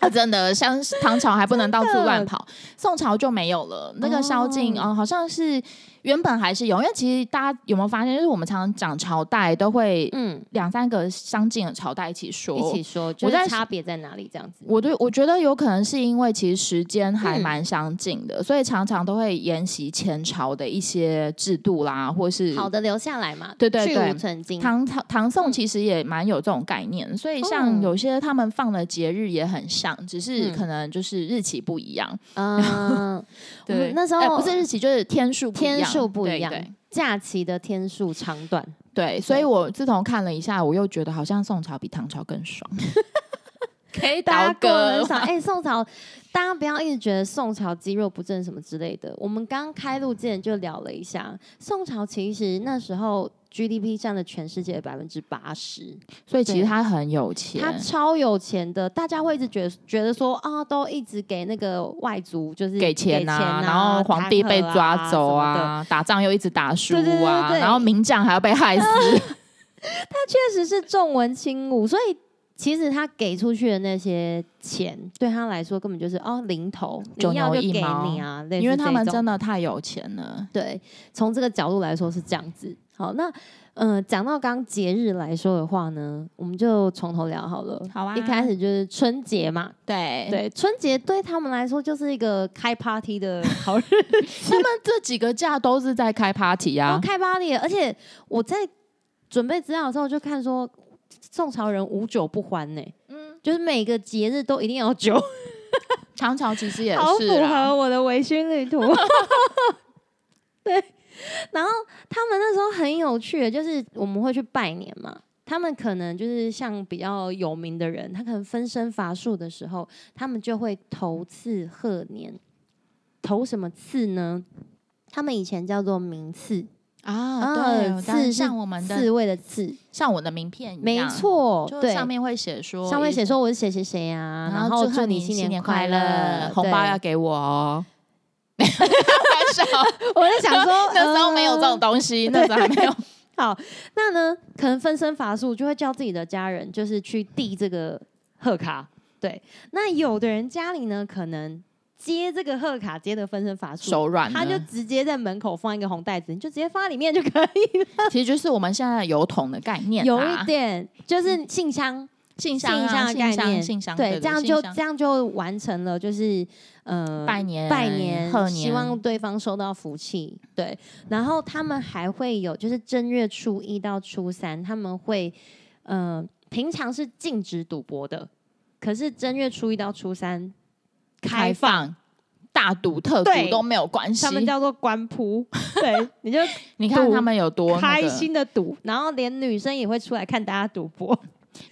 啊，真的，像是唐朝还不能到处
真的
乱跑， 宋朝就没有了。那个宵禁，
哦
嗯、好像是原本还是有，因为其实大家有没有发现，就是我们常常讲朝代，都会
嗯，
两三个相近的朝代一起说。
一起说，
我
就
在
是差别在哪里？这样子，
我对我觉得有可能是因为其实时间还
嗯
蛮相近的，所以常常都会沿袭前朝的一些制度啦，或是
好的留下来嘛，
对对
去
对
无曾经，
唐唐唐宋其实也蛮有这种概念，所以像
哦
有些他们放的节日也很像，只是
嗯
可能就是日期不一样。
嗯，我
对
们，那时
哎
候
不是日期，就是天数不一样，
天数不
对
一样
对，
假期的天数长短，
对所以我自从看了一下，我又觉得好像宋朝比唐朝更 爽，可以
大
倒
家过得
戈
很。少。哎、宋朝，大家不要一直觉得宋朝肌肉不振什么之类的。我们刚开录之前就聊了一下，宋朝其实那时候 GDP 占了全世界的百分之八十，
所以其实
对
他很有钱，
他超有钱的。大家会一直觉得觉得说啊，都一直给那个外族就是
给
钱
钱
啊，
然后皇帝被抓走
弹劾啊什么的，
啊，打仗又一直打输啊，
对对对对
然后名将还要被 害死。
确实是重文轻武，所以。其实他给出去的那些钱，对他来说根本就是哦零头，
九
你要
牛
就
一
给
毛
你啊，类
因
似
为他
这
们
种
真的太有钱了，
对，从这个角度来说是这样子。好，那呃，讲到刚节日来说的话呢，我们就从头聊好了。
好啊
一开始就是春节嘛，
对，
对，春节对他们来说就是一个开 party 的好日子，
他们这几个假都是在开 party
然后
啊，
开 party，而且我在准备资料的时候就看说，宋朝人无酒不欢呢、
嗯，
就是每个节日都一定要有酒，
唐朝其实也
好
是啊
符
啦
合我的微醺旅途。对，然后他们那时候很有趣，就是我们会去拜年嘛。他们可能就是像比较有名的人，他可能分身乏术的时候，他们就会头次贺年。头什么次呢？他们以前叫做名次
啊，对，当然
刺
像我们
刺
的
猬的刺，
像我的名片一
没
样，
错，
就
对，
上面会写说，
上面写说我是谁谁谁啊，
然
然
后
后
祝
祝
你
新
年
快
乐，红包
对
要给我哦。开玩笑，
我在想说
那时候没有这种
呃
东西，那时候还没有。
好，那呢，可能分身乏术，就会叫自己的家人就是去递这个贺卡。对，那有的人家里呢，可能接这个贺卡接的分身乏术，
手软呢，
他就直接在门口放一个红袋子，你就直接放在里面就可
啊
以了。
其实就是我们现在的油桶的概念啊，
有一点就是信箱，
嗯信箱
信
啊、
箱的概
信箱、
念
信箱，
对，
对，
这样
信
就
箱
这样就完成了，就是呃，
拜年、
拜年
贺，年，
希望对方收到福气。对，然后他们还会有，就是正月初一到初三，他们会，呃，平常是禁止赌博的，可是正月初一到初三
开
开，
放。大赌特赌
对
都没有关系
他，们叫做官扑， 对，你就
你看
赌
他们有多那
开
个
心的赌，然后连女生也会出来看大家赌博。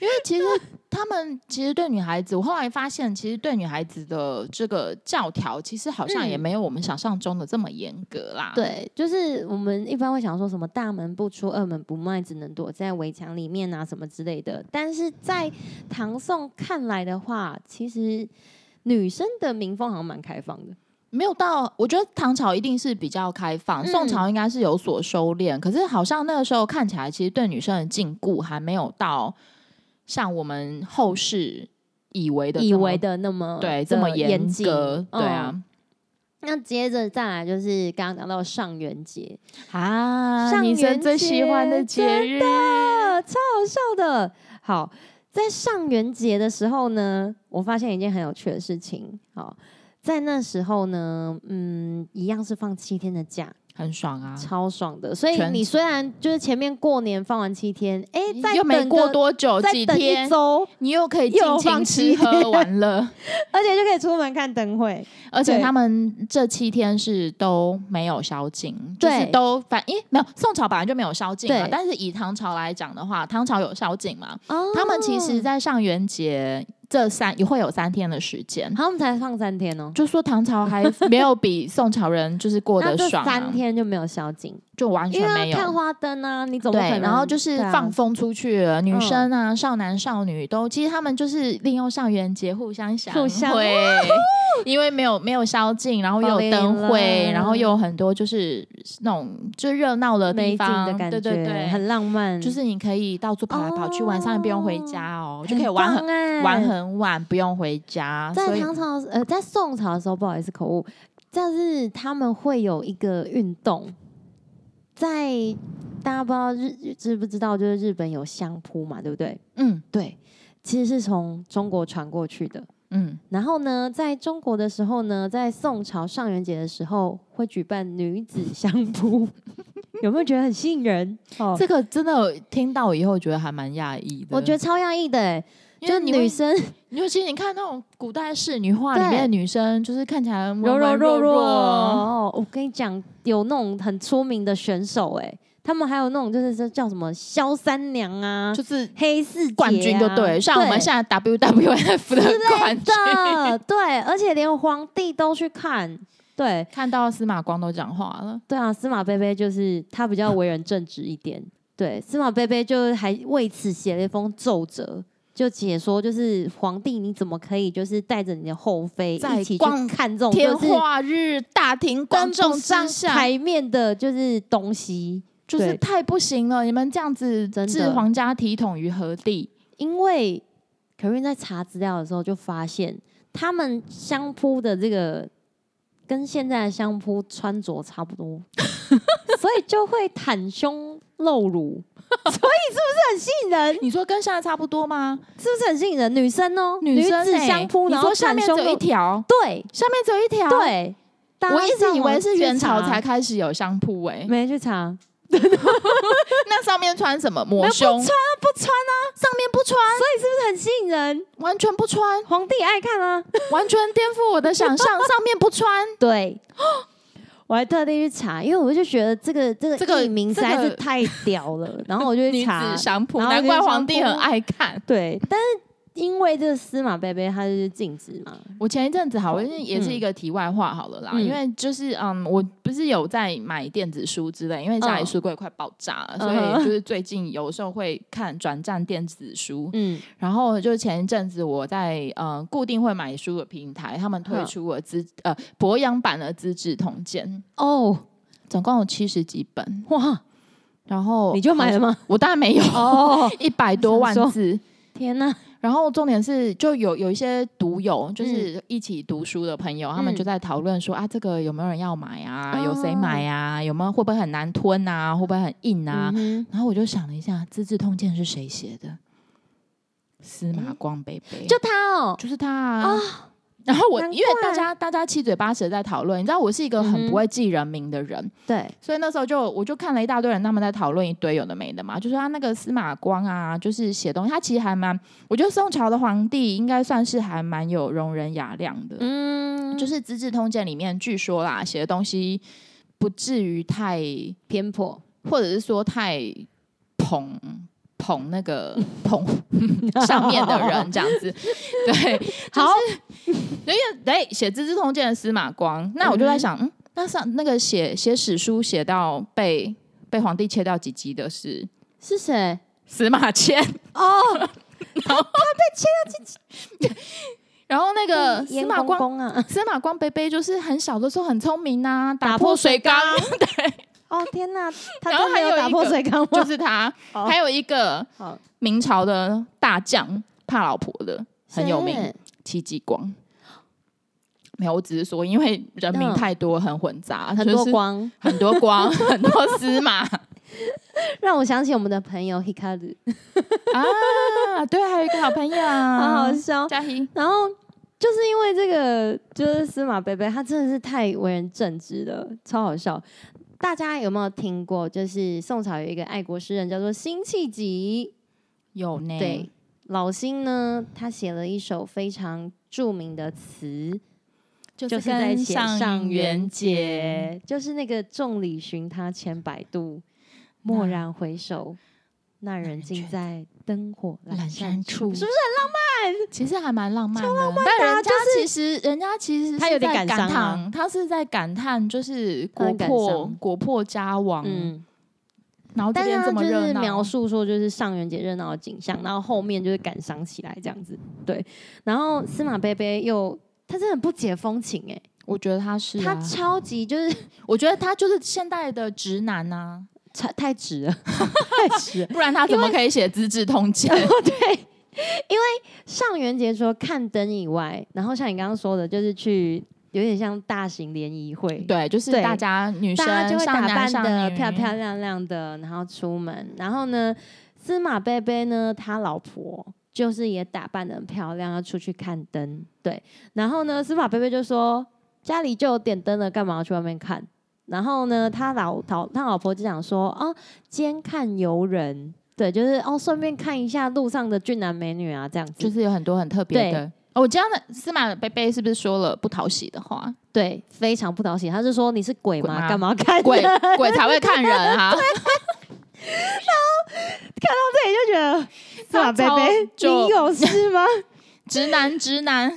因为其实他们其实对女孩子，我后来发现，其实对女孩子的这个教条，其实好像也
嗯
没有我们想象中的这么严格啦。，
对，就是我们一般会想说什么大门不出，二门不迈，只能躲在围墙里面啊，什么之类的。但是在
嗯
唐宋看来的话，其实女生的民风好像蛮开放的。
没有到，我觉得唐朝一定是比较开放，
嗯
宋朝应该是有所收敛。可是好像那个时候看起来，其实对女生的禁锢还没有到像我们后世以为的这么
以为的那么的
对这么
严
严
谨嗯
格，对啊。
那接着再来就是刚刚讲到上元节，
啊，
上
女生
元
最喜欢的
节
节日，
啊，超好笑的。好，在上元节的时候呢，我发现一件很有趣的事情。好，在那时候呢，嗯，一样是放七天的假，
很爽啊！
超爽的。所以
全嗯
你虽然就是前面过年放完七天，哎、再
又没
等
过
个
多久，
再
几
等
天
一周，
你又可以尽
又
情
放
吃
弃
喝玩乐，
而且就可以出门看灯会。
而且
对
他们这七天是都没有宵禁，就是
对
都反因没有宋朝本来就没有宵禁嘛，
对
但是以唐朝来讲的话，唐朝有宵禁嘛，
哦
他们其实，在上元节这三也会有三天的时间，
好，我们才放三天哦、
就说唐朝 还没有比宋朝人就是过
那
得
这
爽、啊
三，天就没有宵禁，
就完
因
全
为
没
要看
有。
花灯啊，你总不可
对，
能。
然后就是
对啊
放风出去了，女
嗯
生啊、少男少女都，其实他们就是利用上元节互相相
互相
会， 因为没有没有宵禁，然后又
放
有
烟
灯会，
了
然后又有很多就是那种就热闹的地
美景
方，
的感觉，
对对对，
很浪漫，
就是你可以到处跑来跑去，晚上也不用回家哦，就可以玩很
很棒哎
玩很晚，不用回家。啊所
在
以
唐朝呃，在宋朝的时候，不好意思口误，但是他们会有一个运动，在大家不知道日知不知道，就是日本有相扑嘛，对不对？
嗯
对，其实是从中国传过去的。
嗯，
然后呢，在中国的时候呢，在宋朝上元节的时候会举办女子相扑， 有没有觉得很吸引人？哦，
这个真的有听到以后觉得还蛮讶异的，
我觉得超压抑的、欸，
因
就
为
是
你会
女生
尤其你看那种古代仕女画里面的
对
女生，就是看起来温
柔
文
柔弱
弱
弱。哦，我跟你讲，有那种很出名的选手、欸，他们还有那种就是这叫什么萧三娘啊，
就是
黑四、姐啊
冠军就对了，像我们现在 WWF 的冠军，
的对， 而且连皇帝都去看。对
看到司马光都讲话了，
对啊，司马贝贝就是他比较为人正直一点。对，司马贝贝就是还为此写了一封奏折，就解说就是皇帝你怎么可以就是带着你的后妃
在
一起去
光
看这种
天
就是
化日，大庭
观
观众
众
之
上
下，
台面的就是东西，
就是
对
太不行了！你们这样子
真的
置皇家体统于何地？
因为可瑞在查资料的时候就发现，他们相扑的这个跟现在的相扑穿着差不 多，所以就会袒胸露乳，所以是不是很吸引人？
你说跟现在差不多吗？
是不是很吸引人？女生哦、
生
子
欸
相扑，
你
然后
说下
袒
面
胸
只有
露
一，条，
对
下面只有一条，。
对，大家
我一直以
上网
为是
去
元朝
查
才开始有相扑欸诶、
没去查，
那上面穿什么抹
没有不
胸？
穿啊，不穿啊，
上面不穿，
是不是很吸引人？
完全不穿，
皇帝也爱看啊。
完全颠覆我的 想象。上面不穿，
对， 我还特地去查，因为我就觉得这个这个
这个
艺名实
这
在
个
是太屌了，然后我就去
女
查
子。相扑，
然后
难怪
就
皇
相
帝
扑
很爱看。
对，但是因为这个司马贝贝它就是禁止嘛，
我前一阵子好，我是也是一个题外话好了啦，
嗯
因为就是嗯，我不是有在买电子书之类，因为家里书柜快爆炸了，
嗯
所
嗯哼
以就是最近有时候会看转战电子书。
嗯
然后就前一阵子我在嗯固定会买书的平台，他们
嗯
推出了资呃博洋版的《资治通鉴
哦》，
总共有七十几本，
哇，
然后
你就买了吗？
我当然没有，
哦，
一百多万
想说
字。
天哪，
然后重点是，就有有一些读友，就是一起读书的朋友，他
嗯
们就在讨论说啊，这个有没有人要买啊？
哦
有谁买啊？有没有会不会很难吞啊？会不会很硬啊？
嗯哼
然后我就想了一下，《资治通鉴》是谁写的？司马光北北，
就他哦，
就是他啊。然后我
难怪
因为大家大家七嘴八舌在讨论，你知道我是一个
嗯
很
哼
不会记人名的人，
对，
所以那时候就我就看了一大堆人，他们在讨论一堆有的没的嘛，就说啊他那个司马光啊，就是写东西，他其实还蛮，我觉得宋朝的皇帝应该算是还蛮有容人雅量的，
嗯，
就是《资治通鉴》里面据说啦，写的东西不至于太，
偏颇，
或者是说太捧捧那个捧上面的人这样子，对，
好，
因为哎，写《资治通鉴》的司马光，那我就在想，嗯那上那个写写史书写到被被皇帝切掉几级的是
是谁？
司马迁，
哦，
然后那个呃司
严
马
公
光。
公啊，
司马光贝贝就是很小的时候很聪明呐、
打
打
破
破水缸
哦天哪，他
然后
真的
还有
打
一
破
个
水缸
就
吗？
是 他，
哦
还有一个
好，
明朝的大将怕老婆的很有名
谁
戚继光。没有，我只是说，因为人名
嗯
太多，很混杂，
很
就
多
是
光，
很多光， 很多司马。
让我想起我们的朋友 Hikaru，
啊，对，还有一个好朋友，
好好笑。
嘉怡，
然后就是因为这个，就是司马贝贝，他真的是太为人正直了，超好笑。大家有没有听过？就是宋朝有一个爱国诗人叫做辛弃疾，
有呢，
对，老辛呢，他写了一首非常著名的词，
就
就是在
跟
写
上元
元
节，
节，就是那个“众里寻他千百度，蓦
那
然回首，那人
人
竟
却
在灯火
阑
阑
珊
珊
处
处”，
是不是很浪漫？其实还蛮浪漫的，但人家其实，人家其实
啊他
是
有点
在
感
感
伤啊
叹，他是在感叹，就是
他
国
很感
破
伤
国破家亡，
嗯。
然后这
但
边
是
这么
他就
热
是
闹，哦
描述说，就是上元节热闹的景象，然后后面就是感伤起来这样子。对，然后司马贝贝又他真的很不解风情哎、
我觉得他是啊、
他超级就是
我觉得他就是现代的直男啊呐、
太太直 了，太直了。
不然他怎么可以写《资治通鉴》
哦， 对，因为上元节除了看灯以外，然后像你刚刚说的，就是去有点像大型联谊会，
对，就是
对
大家女生
大家就会
上
打
男
扮
上
的
女
漂漂亮亮的，然后出门。然后呢，司马贝贝呢，他老婆就是也打扮的很漂亮，要出去看灯。对，然后呢，司马贝贝就说家里就有点灯了，干嘛要去外面看？然后呢，他老老他老婆就想说哦，兼看游人，对，就是哦，顺便看一下路上的俊男美女啊，这样子。
就是有很多很特别的。哦，我知道那司马贝贝是不是说了不讨喜的话？
对，非常不讨喜。他就说你是鬼
鬼
吗？
吗
干嘛要看
鬼
灯
鬼才会看 人啊！
就觉得司马贝
他超
贝，
就
你有事吗？
直男直男，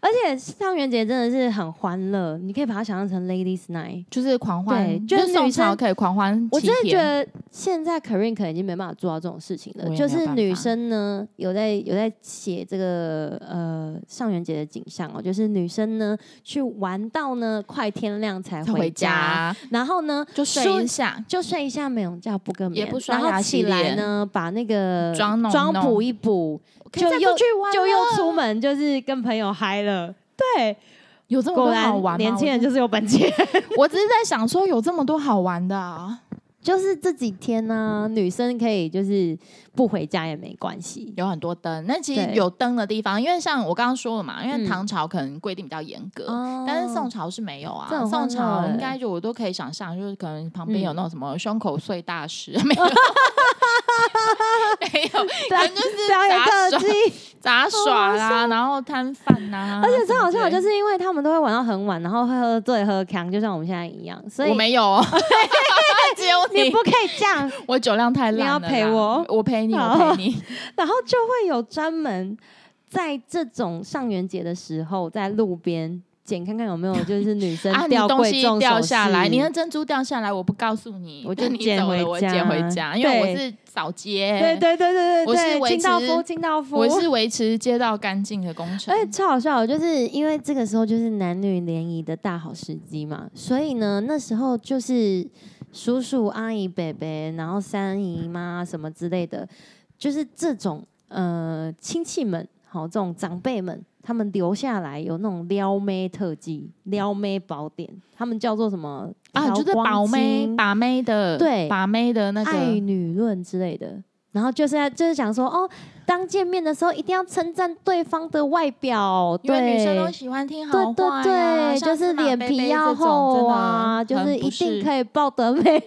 而且上元节真的是很欢乐，你可以把它想象成 Ladies Night。
就是狂欢，
对就是是
宋
女生
朝可以狂欢
我
七
真的觉
天
得现在 k a r i n 可能已经没办法做到这种事情
我
了，
也
就
没有
是
办
女
法
生呢有在有在写这个呃上元节的景象哦，就是女生呢去玩到呢快天亮才
才
回
回家
然后呢
就睡一下，
就睡一下美容觉，补个
也
眠，
不刷
然
牙
后
洗
起来
脸
呢把那个
妆弄
妆
弄
补一补，
可以再
就
出
又
去玩啊
就
了
又出门就是跟朋友嗨了。对，
有这么
果
多好
然
玩吗？啊
年轻人就是有本钱。
我只是在想说有这么多好玩的啊，
就是这几天呢、女生可以就是不回家也没关系。
有很多灯。那其实
对
有灯的地方，因为像我刚刚说了嘛，因
嗯
为唐朝可能规定比较严格，
哦
但是宋朝是没有啊
这。很欢
宋
乐
朝
欸嗯
应该就我都可以 想象，就是可能旁边有那种什么胸口碎大石，没有。没有，
对啊，
反正就是
表演
杂
特
耍
技，
杂耍啦，然后摊贩啊呐，
而且最好笑的
对不对
就是因为他们都会玩到很晚，然后会喝醉喝强，就像我们现在一样，所以
我没有哦， 只有
你
你
不，可以这样。
我酒量太烂了啦，
你要陪我
我陪你，
好
我陪你，
然后就会有专门在这种上元节的时候，在路边捡看看有没有就是女生
啊，你
掉
东
贵
西
重首
掉下来，
饰
你的珍珠掉下来，我不告诉你，
我就
你
捡
走了
回
我
家
捡回家，因为我
对
是扫街，
对对对对
我是
对对，
维
清道夫
持
清道夫，
我是维持街道干净的工程
而。且哎超好笑的，就是因为这个时候就是男女联谊的大好时机嘛，所以呢，那时候就是叔叔、阿姨、伯伯，然后三姨妈什么之类的，就是这种呃亲戚们，好这种长辈们，他们留下来有那种撩妹特技、撩妹宝典，他们叫做什么
啊，就是把妹、、
调光
把妹的，
对
把妹的那
经爱
个，
女论之类的。然后就是在就是想说哦，当见面的时候一定要称赞对方的外表，
因为
对
女生都喜欢听好
对
话
对
呀
对，就
像
是
司马
脸
贝
皮
贝
要
这种真
厚
的
啊，就
很
是
不
一定
是
可以抱得 美。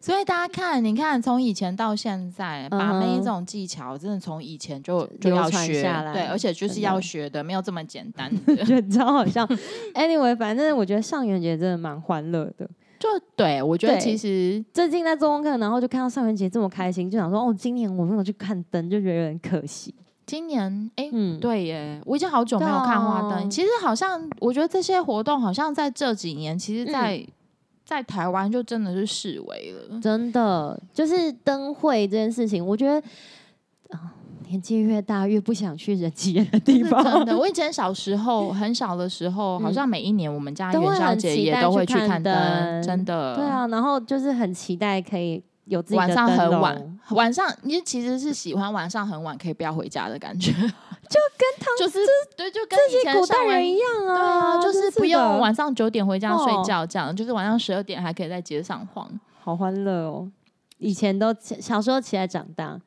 所以大家看，你看从以前到现在，
嗯
把
哼
妹这种技巧真的从以前就就
流
要
传
学
下来，
对，而且就
真
是
的
要学的，没有这么简单
我
的。
觉得超好笑。Anyway，反正我觉得上元节真的蛮欢乐的。
就对我觉得
对
其实
最近在做功课，然后就看到上元节这么开心，就想说哦，今年我没有去看灯，就觉得有点可惜。
今年哎。
嗯，
对耶，我已经好久没有看花灯。
对啊
其实好像，我觉得这些活动好像在这几年，其实
嗯
在，在台湾就真的是视为了。
真的就是灯会这件事情，我觉得啊、年纪越大越不想去人挤人的地
是
方。
真的，我以前小 时候很小的时候，好
嗯
像每一年我们家
都会
元宵
很
节
期
也
待
都
去
会去
看
看
灯
灯，真的。
对，啊，然后就是很期待可以有自己的
晚上很
灯笼
晚，晚上你其实是喜欢晚上很晚可以不要回家的感觉，就 跟他就是对，就跟以
这
前
些古
上
代
完
人一样
对啊，
啊，
就
真
是
是
不用
的
晚上九点回家睡
哦
觉，这样就是晚上十二点还可以在街上晃。
好欢乐哦！以前都起小时候起来长大，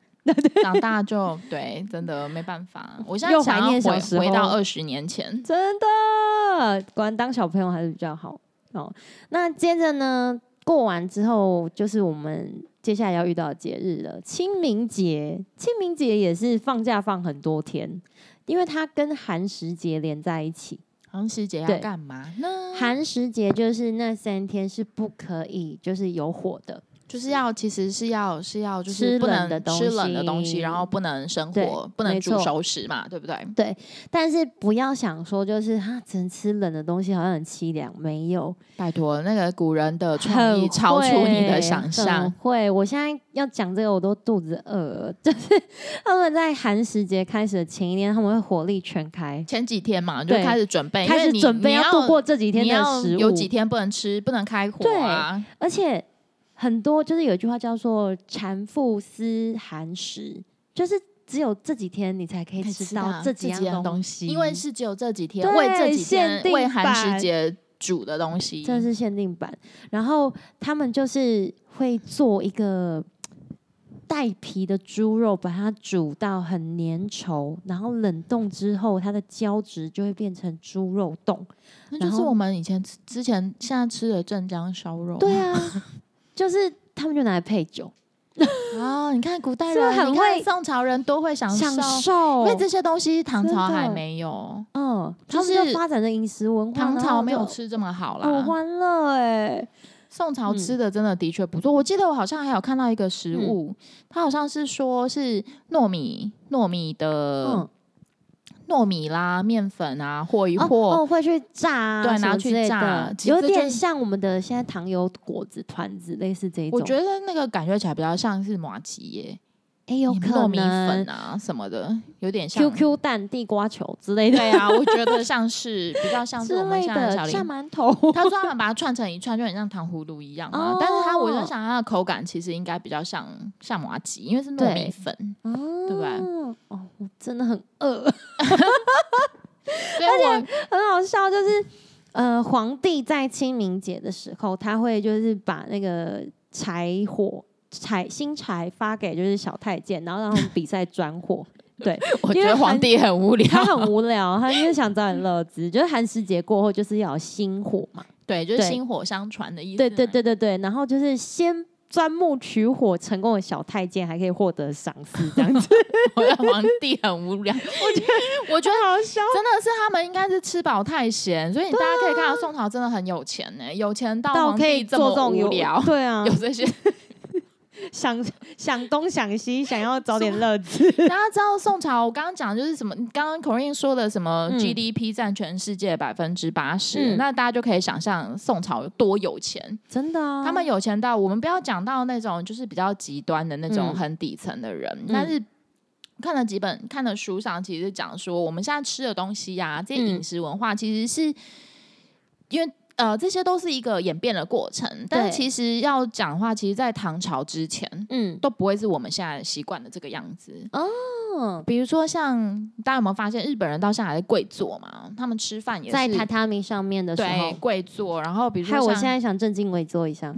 长大就对，真的没办法。我现在
又怀
想要
念小
回
时
回到
候
二十年前，
真的，果然当小朋友还是比较好哦。那接着呢，过完之后就是我们接下来要遇到的节日了，清明节。清明节也是放假放很多天，因为它跟寒食节连在一起。
黄师姐要
对
干嘛呢？
寒食节就是那三天是不可以就是有火的，
就是要，其实是要是要，就
吃
是不
冷
能
的东
吃冷的东西，
西
然后不能生
对
火，不能
没
煮
错
熟食嘛，对不对？
但是不要想说就是哈、只能吃冷的东西，好像很凄凉，没有。
拜托，那个古人的创
很
意超出你的
会
想
很
象。
会，我现在要讲这个我都肚子饿了。就是他们在寒食节开始的前一天，他们会火力全开，
前几天嘛，你就
对
开始准备，因
开
为
始
你
准备
你要
度过这几天
你
的
要
食物。
有几天不能吃，不能开火啊，
而且很多就是有一句话叫做“馋妇思寒食”，就是只有这几天你才可以
可以
吃
吃到
到这几
这几样
样
东
西，
因为是只有这几天
对
为这几天
限定
为寒食
版
节煮的东西，
这是限定版。然后他们就是会做一个带皮的猪肉，把它煮到很粘稠，然后冷冻之后，它的胶质就会变成猪肉冻。
那就
然
是
后
我们以前吃之前现在吃的镇江烧肉。
对啊， 就是他们就拿来配酒，
啊，你看古代
是不
人，
是很
你看
会
宋朝人多会享
享
受
受。
因为这些东西唐
真
朝
的
还没有，
嗯，
就
他们
是
就发展的饮食文化，
唐
然
朝
后
没有
就
吃啊这么好
很
啦。
欢乐哎、
宋朝
嗯
吃的真的的确不错，我记得我好像还有看到一个食
嗯
物，它好像是说是糯米糯米的
嗯，
糯米啦、面粉啊和一
哦
和，
哦会去炸、啊，
对
什
拿
么
去
之类
炸
的
其实
有
这就
点
是
像我们的现在糖油果子团子，类似这一种。
我觉得那个感觉起来比较像是马吉耶，
哎、有可能
糯米粉啊什么的，有点像
QQ 蛋、地瓜球之类的
对啊，我觉得像是比较像是我
之
们
类
现在的小
的，
零
像馒 头。
他说他们把它串成一串，就很像糖葫芦一样嘛。但是它，我
哦
就想它的口感其实应该比较像像麻吉，因为是糯米
对
粉，
哦，
对啊吧
哦，我真的很 饿，
所以我
很好笑，就是呃，皇帝在清明节的时候，他会就是把那个柴火。柴新柴发给就是小太监，然后让他们比赛钻火。
我
因
觉
为
得皇
韩
帝很无聊。
他很无聊，他就是想找点乐子。就是寒食节过后，就是要有新火嘛。
对，就是
对
薪火相传的意思。
对对，对对对，然后就是先钻木取火成功的小太监，还可以获得赏识，这样 子
我觉得皇帝很无 聊。我觉得，我觉得
好笑。
真的是他们应该是吃饱太闲，所以大家可以看到宋朝真的很有钱呢、有钱到
啊到
皇
可
帝
以
这
做这
么
种
无
有
聊，
对啊
有，这些。
想想东想西，想 要找点乐子。
大家知道宋朝，我刚刚讲的就是什么？你刚刚 Corin 说的什么
嗯
GDP 占全世界百分之八十，
嗯
那大家就可以想象宋朝有多有钱。
真的啊，
他们有钱到我们不要讲到那种就是比较极端的那种
嗯
很底层的人，但是。看了几本看的书上，其实讲说我们现在吃的东西呀、这些饮
嗯
食文化，其实是、因为呃，这些都是一个演变的过程。但
对
其实要讲的话，其实，在唐朝之前
嗯
都不会是我们现在习惯的这个样子。
嗯，
比如说像大家有没有发现，日本人到现在还是跪坐嘛？他们吃饭也是
在榻榻米上面的时
对
候，
跪坐，然后比如
害我
说
现
像，
在想正襟危坐一 下。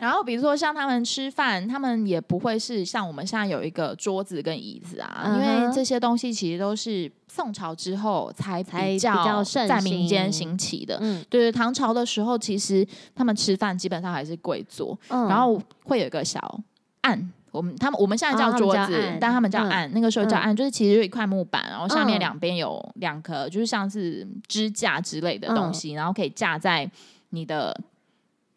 然后比如说像他们吃饭，他们也不会是像我们现在有一个桌子跟椅子啊，
嗯哼
因为这些东西其实都是宋朝之后才
才
比
比
较
较盛
在民间
行
兴起的。
嗯
对对，唐朝的时候，其实他们吃饭基本上还是跪坐，
嗯，
然后会有一个小案。我们他们我们现在
哦
叫
他们
桌
叫
子，
案
但他们叫
嗯
案，那个时候叫
嗯
案，就是其实有一块木板，然后下面
嗯
两边有两颗，就是像是支架之类的东
嗯
西，然后可以架在你的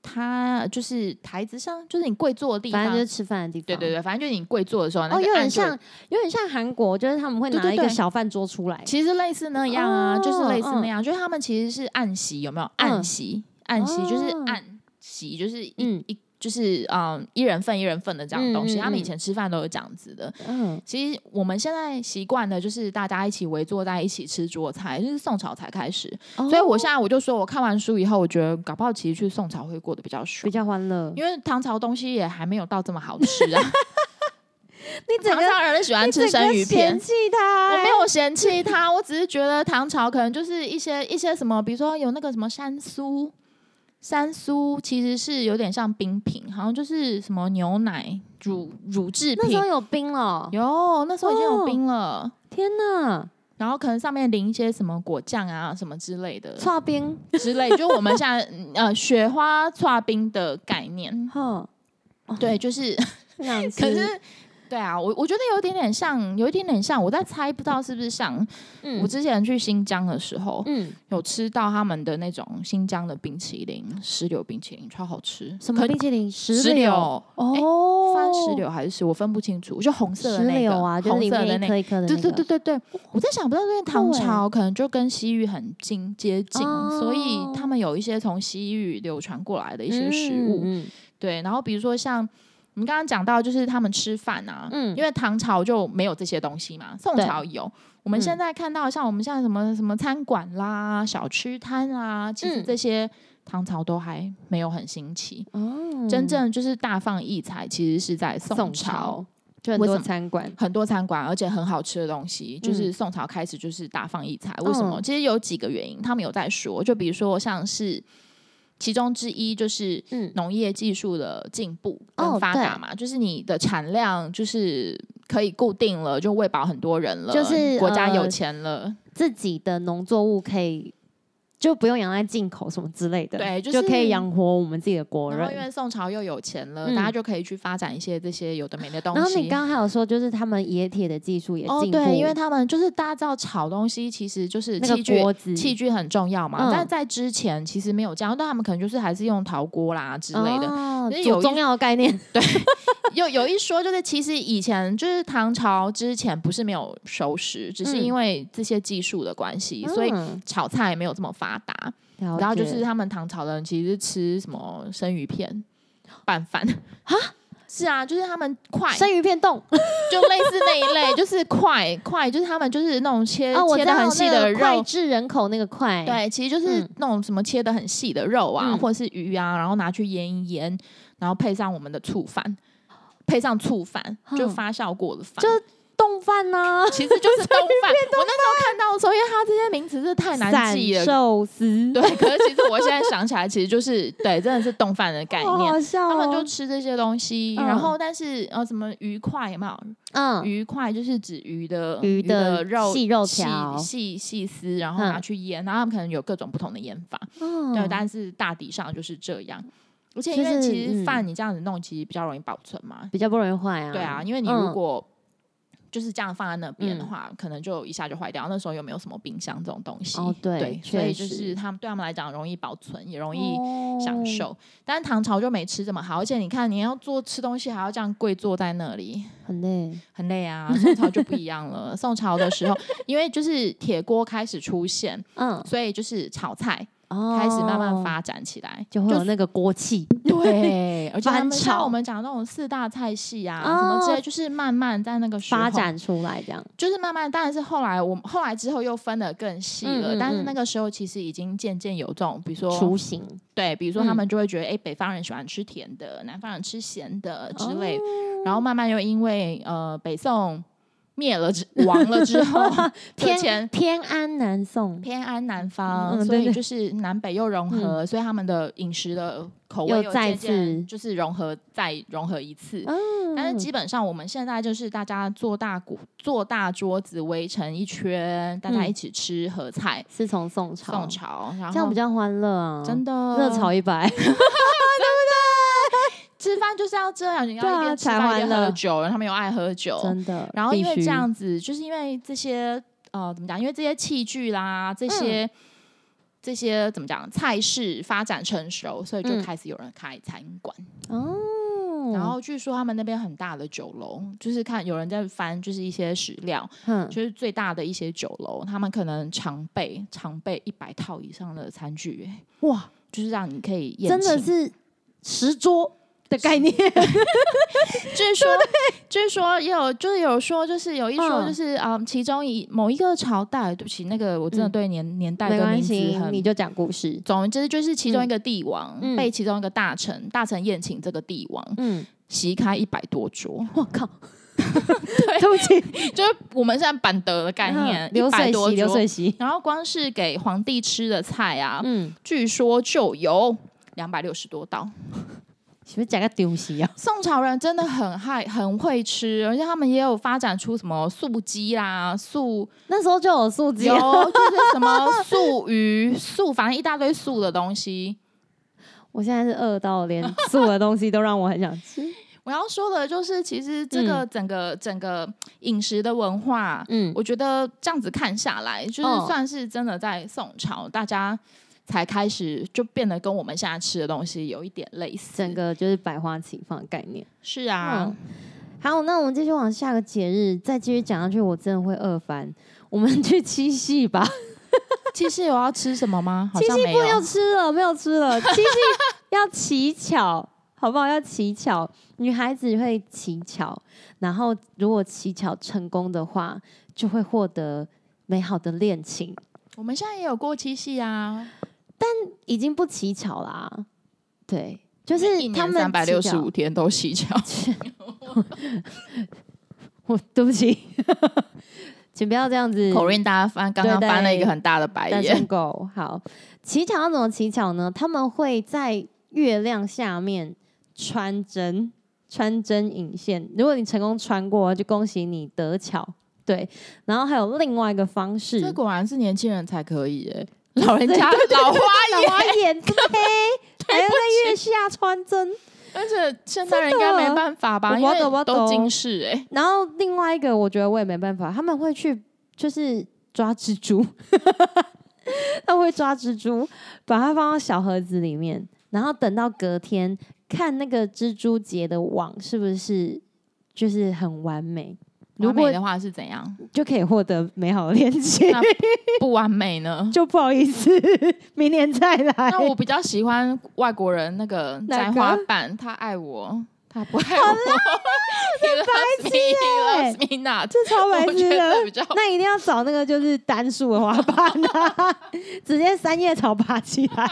它就是台子上，就是你跪坐的地
反
方
正就。是吃饭的地方。
对对对，反正就是你跪坐的时候，那
哦，
个
有点
案就会
像，有点像韩国，就是他们会
对
拿
对
一个
对
小饭桌出来。
其实类似那样啊，就是类似
哦
那样，就是他们其实是按席，有没有？按
嗯
席，按席就是
哦
按席，就是一、
嗯
一就是嗯，一人份一人份的这样的东西。
嗯嗯
他们以
嗯
前吃饭都有这样子的。
嗯，
其实我们现在习惯的就是大家一起围坐在一起吃桌菜，就是宋朝才开始。
哦
所以我现在我就说，我看完书以后，我觉得搞不好其实去宋朝会过得比较
比
爽，
较欢乐。
因为唐朝东西也还没有到这么好吃 啊。
你
唐朝人喜欢吃生鱼片
嫌。弃他、
我没有嫌弃它，我只是觉得唐朝可能就是一些一些什么，比如说有那个什么山苏，山苏其实是有点像冰品，好像就是什么牛奶乳乳制
那时
品
候，有冰了，
有那时候已经有
哦
冰了，
天哪，
然后可能上面淋一些什么果酱啊什么之类的
刨冰，
之类，就我们现在嗯呃雪花刨冰的概念，
哈，哦
对， 就是
想吃
可是。对啊，我我觉得有一点点像，有一点点像，我在猜，不知道是不是像。
嗯
我之前去新疆的时候，
嗯，
有吃到他们的那种新疆的冰淇淋，石榴冰淇淋超好吃。
什么
可
冰淇淋？
石
榴
榴？哎
哦，
番石，榴还是石榴我分不清楚，就红色的
石
那个，
榴啊，就是
红
里
色的
面
那
一
个。
颗一颗的那
对
个，
对对对对，我在想，不知道因为唐
对
朝可能就跟西域很近接近，所以
哦
他们有一些从西域流传过来的一些食
嗯
物。
嗯
对，然后比如说像我们刚刚讲到，就是他们吃饭啊，
嗯
因为唐朝就没有这些东西嘛，宋
对嗯
朝有。我们现在看到像我们现在什么什么餐馆啦、小吃摊啦，其实
嗯
这些唐朝都还没有很兴起。
哦，
真正就是大放异彩，其实是在宋朝。
宋朝就很
为什
多
么
餐馆，
很多餐馆，而且很好吃的东西，就是宋朝开始就是大放异彩。为什么？
嗯
其实有几个原因，他们有在说，就比如说像是其中之一就是
嗯
农业技术的进步跟
哦
发达嘛，就是你的产量就是可以固定了，就喂饱很多人了，
就是
国家有
呃
钱了，
自己的农作物可以就不用仰赖进口什么之类的，
对就
可
是
以养活我们自己的国
然后因
人。
为宋朝又有钱了，
呃嗯
大家就可以去发展一些这些有的没的东西。
然后你刚刚还有说，就是他们冶铁的技术也
哦，
进步，
对，因为他们就是大家知道炒东西，其实就是
那
器
个
具
锅子
器具很重要
嗯
嘛，但在之前其实没有这样，但他们可能就是还是用陶锅啦之类的。
哦
就是
祖
有一
宗要的概念，
有有一说就是，其实以前就是唐朝之前不是没有熟食，只是
嗯
因为这些技术的关系，所以
嗯
炒菜没有这么发达。
了
然后就
解
是他们唐朝的人其实是吃什么生鱼片、拌饭啊。是啊，就是他们快，
生鱼片冻
就类似那一类，就是快快，就是他们就是那种切、
哦，我
切
知
的
道
很细
那
的
个脍
肉，
炙人口那个快，，
对，其实就是
嗯
那种什么切的很细的肉啊，
嗯
或者是鱼啊，然后拿去腌一腌，然后配上我们的醋饭，配上醋饭，就
嗯
发酵过的饭，
就冻饭呢，
其实 就是冻饭。我那时候看到的时候，因为它这些名词是太难
散
记了，
寿司，
对。可是其实我现在想起来，其实就是对，真的是冻饭的概
好
念。
好笑
他
哦，
们就吃这些东西，
嗯
然后但是呃，什么鱼块有没有？
嗯
鱼块就是指鱼的
鱼
的
的
肉
细肉条
细细丝，然后
嗯
拿去腌，然后他们可能有各种不同的腌法，
嗯
对，但是大体上就是这样。而且
就
因为
是
其实
嗯
饭你这样子弄，其实比较容易保存嘛。
比较不容易坏啊。
对啊，，因为你
嗯
如果就是这样放在那边的
嗯
话，可能就一下就坏掉。那时候又没有什么冰箱这种东西，
哦对
所
确
以就
实哦
是他们对他们来讲容易保存，也容易享受。但是唐朝就没吃这么好，而且你看你要做吃东西还要这样跪坐在那里，
很累。
很累啊。宋朝就不一样了，宋朝的时候，因为就是铁锅开始 出现，
嗯，
所以就是炒菜
哦，
开始慢慢，发展起来，
就会有那个锅气。
对，而且他
翻
们像
炒
我们讲的那种四大菜系啊，什么之类，
哦
就是慢慢在那个时候
发，展出来这样。
就是慢慢，当然是后来我们后来之后又分得更细了，
嗯嗯
但是
嗯
那个时候其实已经渐渐有这种，比如
雏
说
形
对，比如说他
嗯
们就会觉得，哎、北方人喜欢吃甜的，南方人吃咸的之类的，
哦
然后慢慢又因为呃北宋灭了之亡了 之后，
偏
之前
偏安南宋，
哦偏安南方，
嗯
所
对
以
对
就是南北又融合，所以他们的饮食的口味
又
又
再
渐渐
次
就是融合再融合一次。
嗯
但是基本上我们现在就是大家坐大鼓坐大桌子围成一圈，大家
嗯
一起吃合菜、
是从宋朝，
宋朝，然后
这样比较欢乐啊，
真的
热炒一百，
吃饭就是要这样，你
对
要
啊
一边吃
才
饭一边
欢乐
喝酒，然后他们又爱喝酒，
真的。
哦然后因为
必须
这，样子，就是因为这些呃，怎么讲？因为这些器具啦，
嗯
这些、这些怎么讲？菜式发展成熟，所以就
嗯
开始有人开餐馆。
哦
然后据说他们那边很大的酒楼，就是看有人在翻，就是一些史料，
哼
就是最大的一些酒楼，他们可能常备常备一百套以上的餐具、欸
哇，
就是让你可以宴
真的
请
是十桌的概念，
据说，据说也有，就是有说，就是有一说，
嗯
就是嗯其中一某一个朝代，对不起，那个我真的
嗯
对年、年代
没
跟
关
名字
系，你
很。
就讲故事。
总之就是其中一个帝王、
嗯
被其中一个大臣，大臣宴请这个帝王，
嗯，
席开一百多桌，
我靠， 对不起，
就是我们现在板德的概念，
嗯流
一百
水
多
席，流水
桌。
席，
然后光是给皇帝吃的菜啊，
嗯，
据说就有两百六十多道。
是不是讲个丢席啊？
宋朝人真的很害，很会吃，而且他们也有发展出什么素鸡啦、素
那时候就有素鸡
有
啊，
就是什么素鱼、素，反正一大堆素的东西。
我现在是饿到连素的东西都让我很想吃。
我要说的就是，其实这个整个、整个饮食的文化，
嗯，
我觉得这样子看下来，就是
嗯
算是真的在宋朝，大家才开始就变得跟我们现在吃的东西有一点类似。
整个就是百花齐放的概念。
是啊，
好，那我们继续往下个节日再继续讲下去，我真的会饿翻。我们去七夕吧，
七夕有要吃什么吗？好
七
像
夕
没
不哦要
有。
吃了，没有吃 了，七夕要乞巧，好不好？要乞巧，女孩子会乞巧，然后如果乞巧成功的话，就会获得美好的恋情。
我们现在也有过七夕啊，
已经不乞巧啦，对，就
一
是他
年
们
三百六
乞
十
巧
五天都乞 巧。
我 对不起， 请不要这样子。
口令大家翻，刚刚
对对
翻了一个很大的白
单
眼
身。狗好，乞巧要怎么乞巧呢？他们会在月亮下面穿针，穿针引线。如果你成功穿过，就恭喜你得巧。对，然后还有另外一个方式，
这果然是年轻人才可以哎、 老人家老 花
老花眼对，还要哎 在月下穿针。
而且现代人应该没办法吧？
真
因
的
为
我懂
都
我懂
近视哎、
然后另外一个，我觉得我也没办法，他们会去就是抓蜘蛛， 他们会抓蜘蛛，把它放到小盒子里面，然后等到隔天看那个蜘蛛结的网是不是就是很完美，如
完美
果
的嗯话是怎样？
就可以获得美好的恋 情？
那。不完美呢
就不好意思，明年再来。
那我比较喜欢外国人那个
哪
摘
个
花瓣，他爱我，他不爱我。 白痴
欸
loves me not，
这超白
我觉
痴的
得。比较
那一定要找那个就是单数的花瓣啊， 直接三叶草拔起来。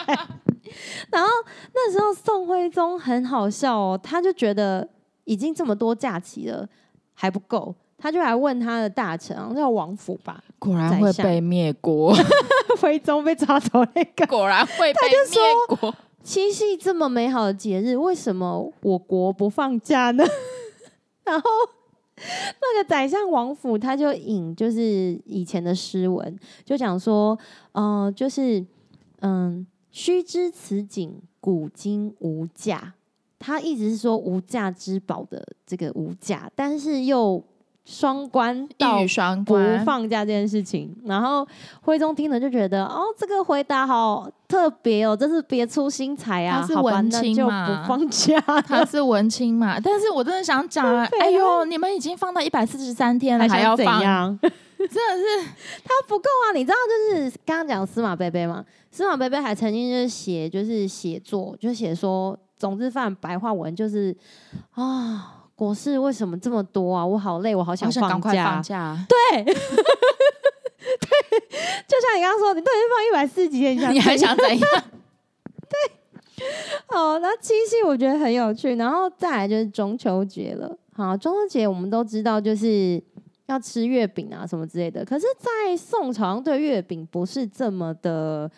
然后那时候宋徽宗很好笑哦，他就觉得已经这么多假期了还不够，他就来问他的大臣，好像叫王府吧，
果然
宰
会
相
被灭 国，
徽宗被抓走那个。
果然会被灭国。
七夕这么美好的节日，为什么我国不放假呢？ 然后那个宰相王府他就引就是以前的诗文，就讲说，呃，就是嗯，须知此景古今无价，它一直是说无价之宝的这个无价，但是又双关到
一语双
不
关，
放假这件事情。然后徽宗听了就觉得，哦，这个回答好特别哦，真是别出心裁啊！
他是
好吧，
文
那
青
就
嘛
不放 假
他
了。
是文青嘛，但是我真的想讲啊，哎呦，你们已经放到一百四十三天了，还
想
要
怎
放，
样？
真的是
他不够啊！你知道，就是刚刚讲司马贝贝嘛，司马贝贝还曾经就是写，就是写作，就写说，总之犯白话文就是啊、国事为什么这么多啊？我好累，我好想
好 哦想赶
放
快
假
放。假，啊
对，对，就像你刚刚说，你都已经放一百四十几天，
你还想怎样？
哦，那七夕我觉得很有趣，然后再来就是中秋节了。好，中秋节我们都知道就是要吃月饼啊什么之类的，可是，在宋朝好像对月饼不是这么的，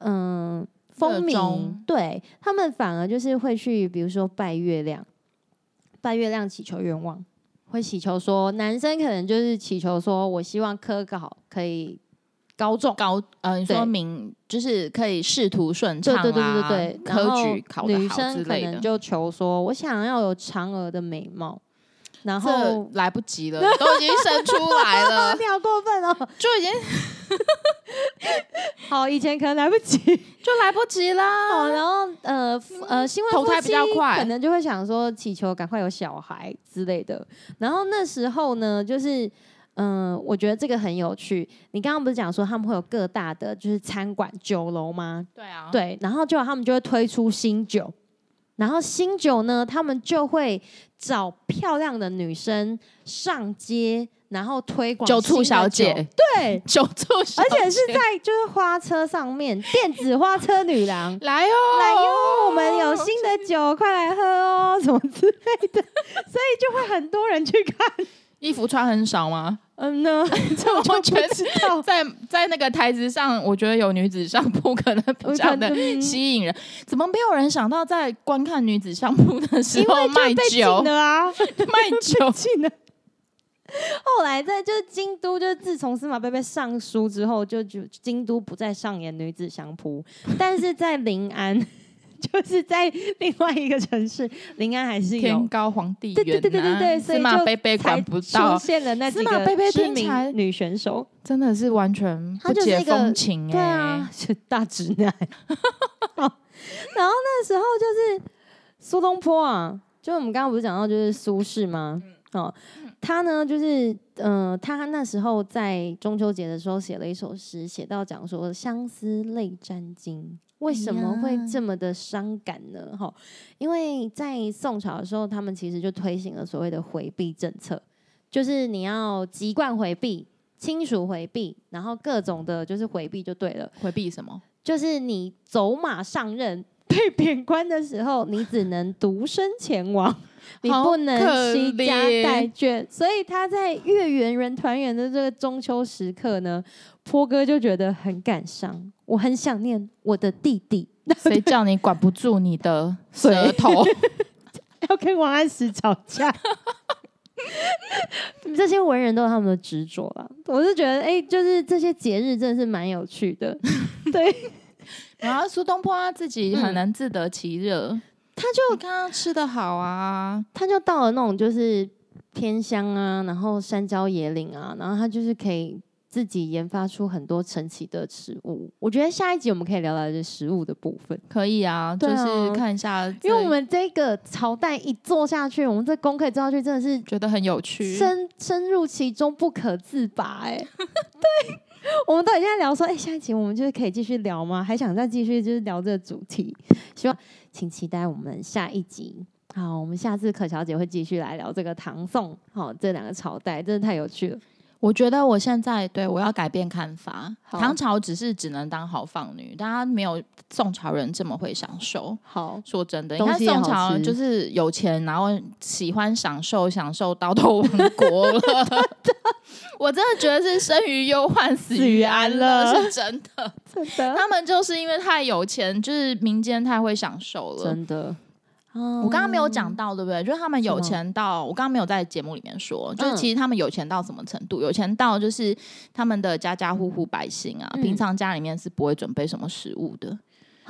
嗯，风
热
靡
衷。
对他们反而就是会去，比如说拜月亮，拜月亮祈求愿望，会祈求说，男生可能就是祈求说我希望科考可以高中。
高呃，你说
对
明就是可以仕途顺畅啊
对
啦，
对对对对对，然
科
后
举考得
女
好
生
之
可
类的
能，就求说，我想要有嫦娥的美貌，然
这啊
后。，
来不及 了，都已经生出来了
你好过分哦！
就已经
好，以前可能来不 及。
就来不及啦。
哦，然后呃夫呃，新婚
投胎
夫
比较
妻
快
可能就会想说祈求赶快有小孩之类的。然后那时候呢，就是嗯、呃我觉得这个很有趣。你刚刚不是讲说他们会有各大的就是餐馆酒楼吗？
对啊，
对，然后就他们就会推出新酒，然后新酒呢，他们就会找漂亮的女生上街，然后推广
酒
新
醋
的酒
小姐，，
对
酒醋小
而
姐，。
且是在就是花车上面，电子花车女郎
来哦，
来哟，我们 有新的酒，快来喝哦，什么之类的，所以就会很多人去看。
衣服穿很少吗？
嗯 呢，这 我就
我觉得
不知道。
在在那个台子上，我觉得有女子相扑可能比较的
嗯
吸引人。怎么没有人想到在观看女子相扑的时
因
候
为
卖
就被禁
酒？
了啊，
卖 酒
进了。后来在就是京都，就是自从司马贝贝上书之后，就就京都不再上演女子相扑， 但是在临安， 就是在另外一个城市，临安还是
天
有
高皇帝远、
对
啊，
对对对对对所以
司马
就
贝贝
才
管不
出
到，
现了那几
司马贝
个
贝
知
听起来
名女选手。
真的是完全
他
不
就是
解
一个
风情哎、
对啊，是大直男。 好然后那时候就是苏东坡啊，就我们刚刚不是讲到就是苏轼吗？哦，
嗯
他呢就是嗯、呃他那时候在中秋节的时候写了一首诗，写到讲说相思泪沾襟。为什么
哎
会
呀
这么的伤感呢？哈、因为在宋朝的时候，他们其实就推行了所谓的回避政策，就是你要籍贯回避、亲属回避，然后各种的就是回避就对了。
回避 什么？
就是你走马上任被贬官的时候，你只能独身前 往，你不能惜家带眷。所以他在月圆人团圆的这个中秋时刻呢，坡哥就觉得很感伤，我很想念我的弟弟，
谁叫你管不住你的舌 头？
要跟王安石吵架。 这些文人都有他们的执着啦，我是觉得，哎、就是这些节日真的是蛮有趣的。
然后啊苏东坡他自己很能自得其乐，
他就
你看他吃的好啊，
他就到了那种就是偏乡啊，然后山郊野岭啊，然后他就是可以自己研发出很多神奇的食物。我觉得下一集我们可以聊聊这食物的部分，
可以啊，就
对啊
是看一下这，
因为我们这个朝代一做下去，我们这功课做下去真的
觉得很有
是
趣。
深深入其中不可自拔、哎， 对。我们到底现在聊说，哎、下一集我们就是可以继续聊吗？还想再继续就是聊这个主题，希望请期待我们下一集。好，我们下次可小姐会继续来聊这个唐宋，好这两个朝代，真的太有趣了。
我觉得我现在对我要改变看法。
好
唐朝只是只能当好放女，大家没有宋朝人这么会享受。
好，
说真的，你
东
看
西也
宋
好
朝
吃
就是有钱，然后喜欢享受，享受到都亡国 了。我真的觉得是生于忧患，死
死
于
于
安
安
乐，
乐
是真的。
真的，
他们就是因为太有钱，就是民间太会享受了。
真的。
我
我
刚刚没有讲到，对不对？就是他们有
嗯什么
钱到，我刚刚没有在节目里面说，就是
嗯
其实他们有钱到什么程度？有钱到就是他们的家家户户百姓啊，
嗯
平常家里面是不会准备什么食物的，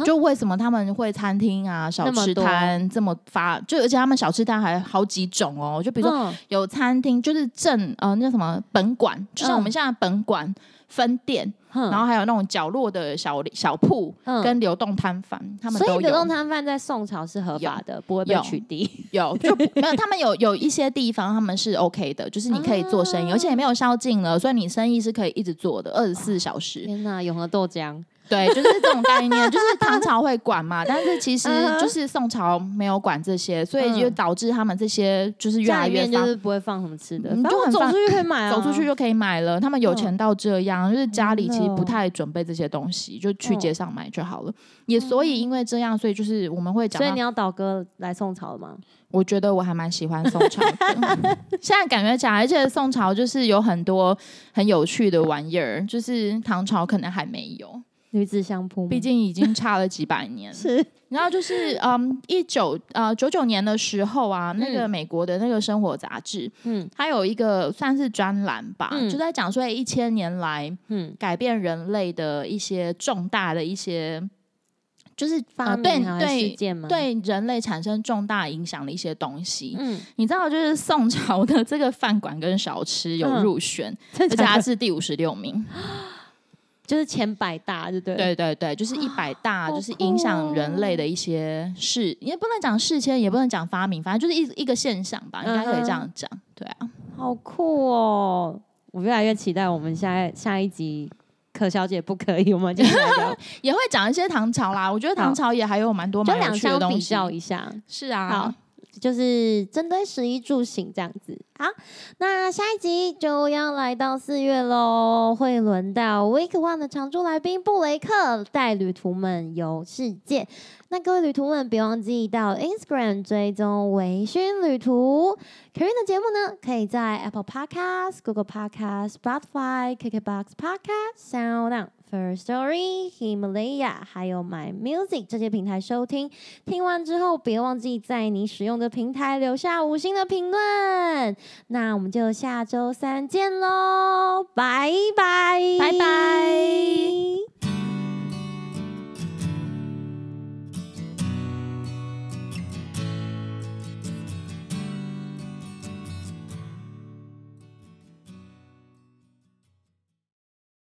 就为什么他们会餐厅啊、小
那么
吃
多
摊这么发？就而且他们小吃摊还好几种哦，就比如说
嗯
有餐厅，就是正呃那叫什么本馆，就像我
嗯
们现在本馆分店，
哼
然后还有那种角落的小小铺
嗯
跟流动摊贩，他们
所
都
以
有。
流动摊贩在宋朝是合法的，不会被
有
取 缔。
有就不没有？他们有有一些地方他们是 OK 的，就是你可以做
啊
生意，而且也没有宵禁了，所以你生意是可以一直做的，二十四小时。
天哪，永和豆浆，
对，就是这种概念，就是唐朝会管嘛，但是其实
嗯哼
就是宋朝没有管这些，所以就
嗯
导致他们这些就是越
家
来
里
越
面
发
就是不会放什么吃的，
嗯
反正
就
我
很
走
放
出去可以买啊，
走出去就可以买了。他们有
嗯
钱到这样，就是家里其实
真的
不
哦
太准备这些东西，就去
嗯
街上买就好了。也所以因为这样，所以就是我们会讲
所以
到
你要倒戈来宋朝了吗？
我觉得我还蛮喜欢宋朝的， 现在感觉讲，而且宋朝就是有很多很有趣的玩意儿，就是唐朝可能还没有，
女子相扑吗，
毕竟已经差了几百年。
是
然后嗯就是嗯，一九呃九九年的时候啊，那个美国的那个生活杂志，
嗯
它有一个算是专栏吧，
嗯
就在讲说哎一千年来
嗯，
改变人类的一些重大的一些。就是
发
啊，
明
对
还有事
对
件吗？，
对人类产生重大影响的一些东西，
嗯，
你知道，就是宋朝的这个饭馆跟小吃有入 选，
嗯真
而
的
且
假
它
的
是第五十六名。
就是前百大，对不对？，
对对对，就是一百大，
好
就是
酷哦
影响人类的一些事，也不能讲事情，也不能讲发明，反正就是一一个现象吧，应该
嗯
可以这样讲。对啊，
好酷哦！我越来越期待我们下下一集。可小姐不可以，我们就来 聊，
也会讲一些唐朝啦。我觉得唐朝也还有蛮多
就
蛮有
两
趣的
相
东
比
西。
较一下。
是啊
好，就是针对食衣住行这样子。好，那下一集就要来到四月喽，会轮到 Week One 的常驻来宾布雷克带旅途们游世界。那各位旅途们，别忘记到 Instagram 追踪微醺旅途。凯瑞的节目呢，可以在 Apple Podcast、Google Podcast、Spotify、KKBox Podcast、Sound On。First Story、Himalaya 还有 My Music 这些平台收听，听完之后，别忘记在你使用的平台留下五星的评论。那我们就下周三见喽，拜拜，
拜拜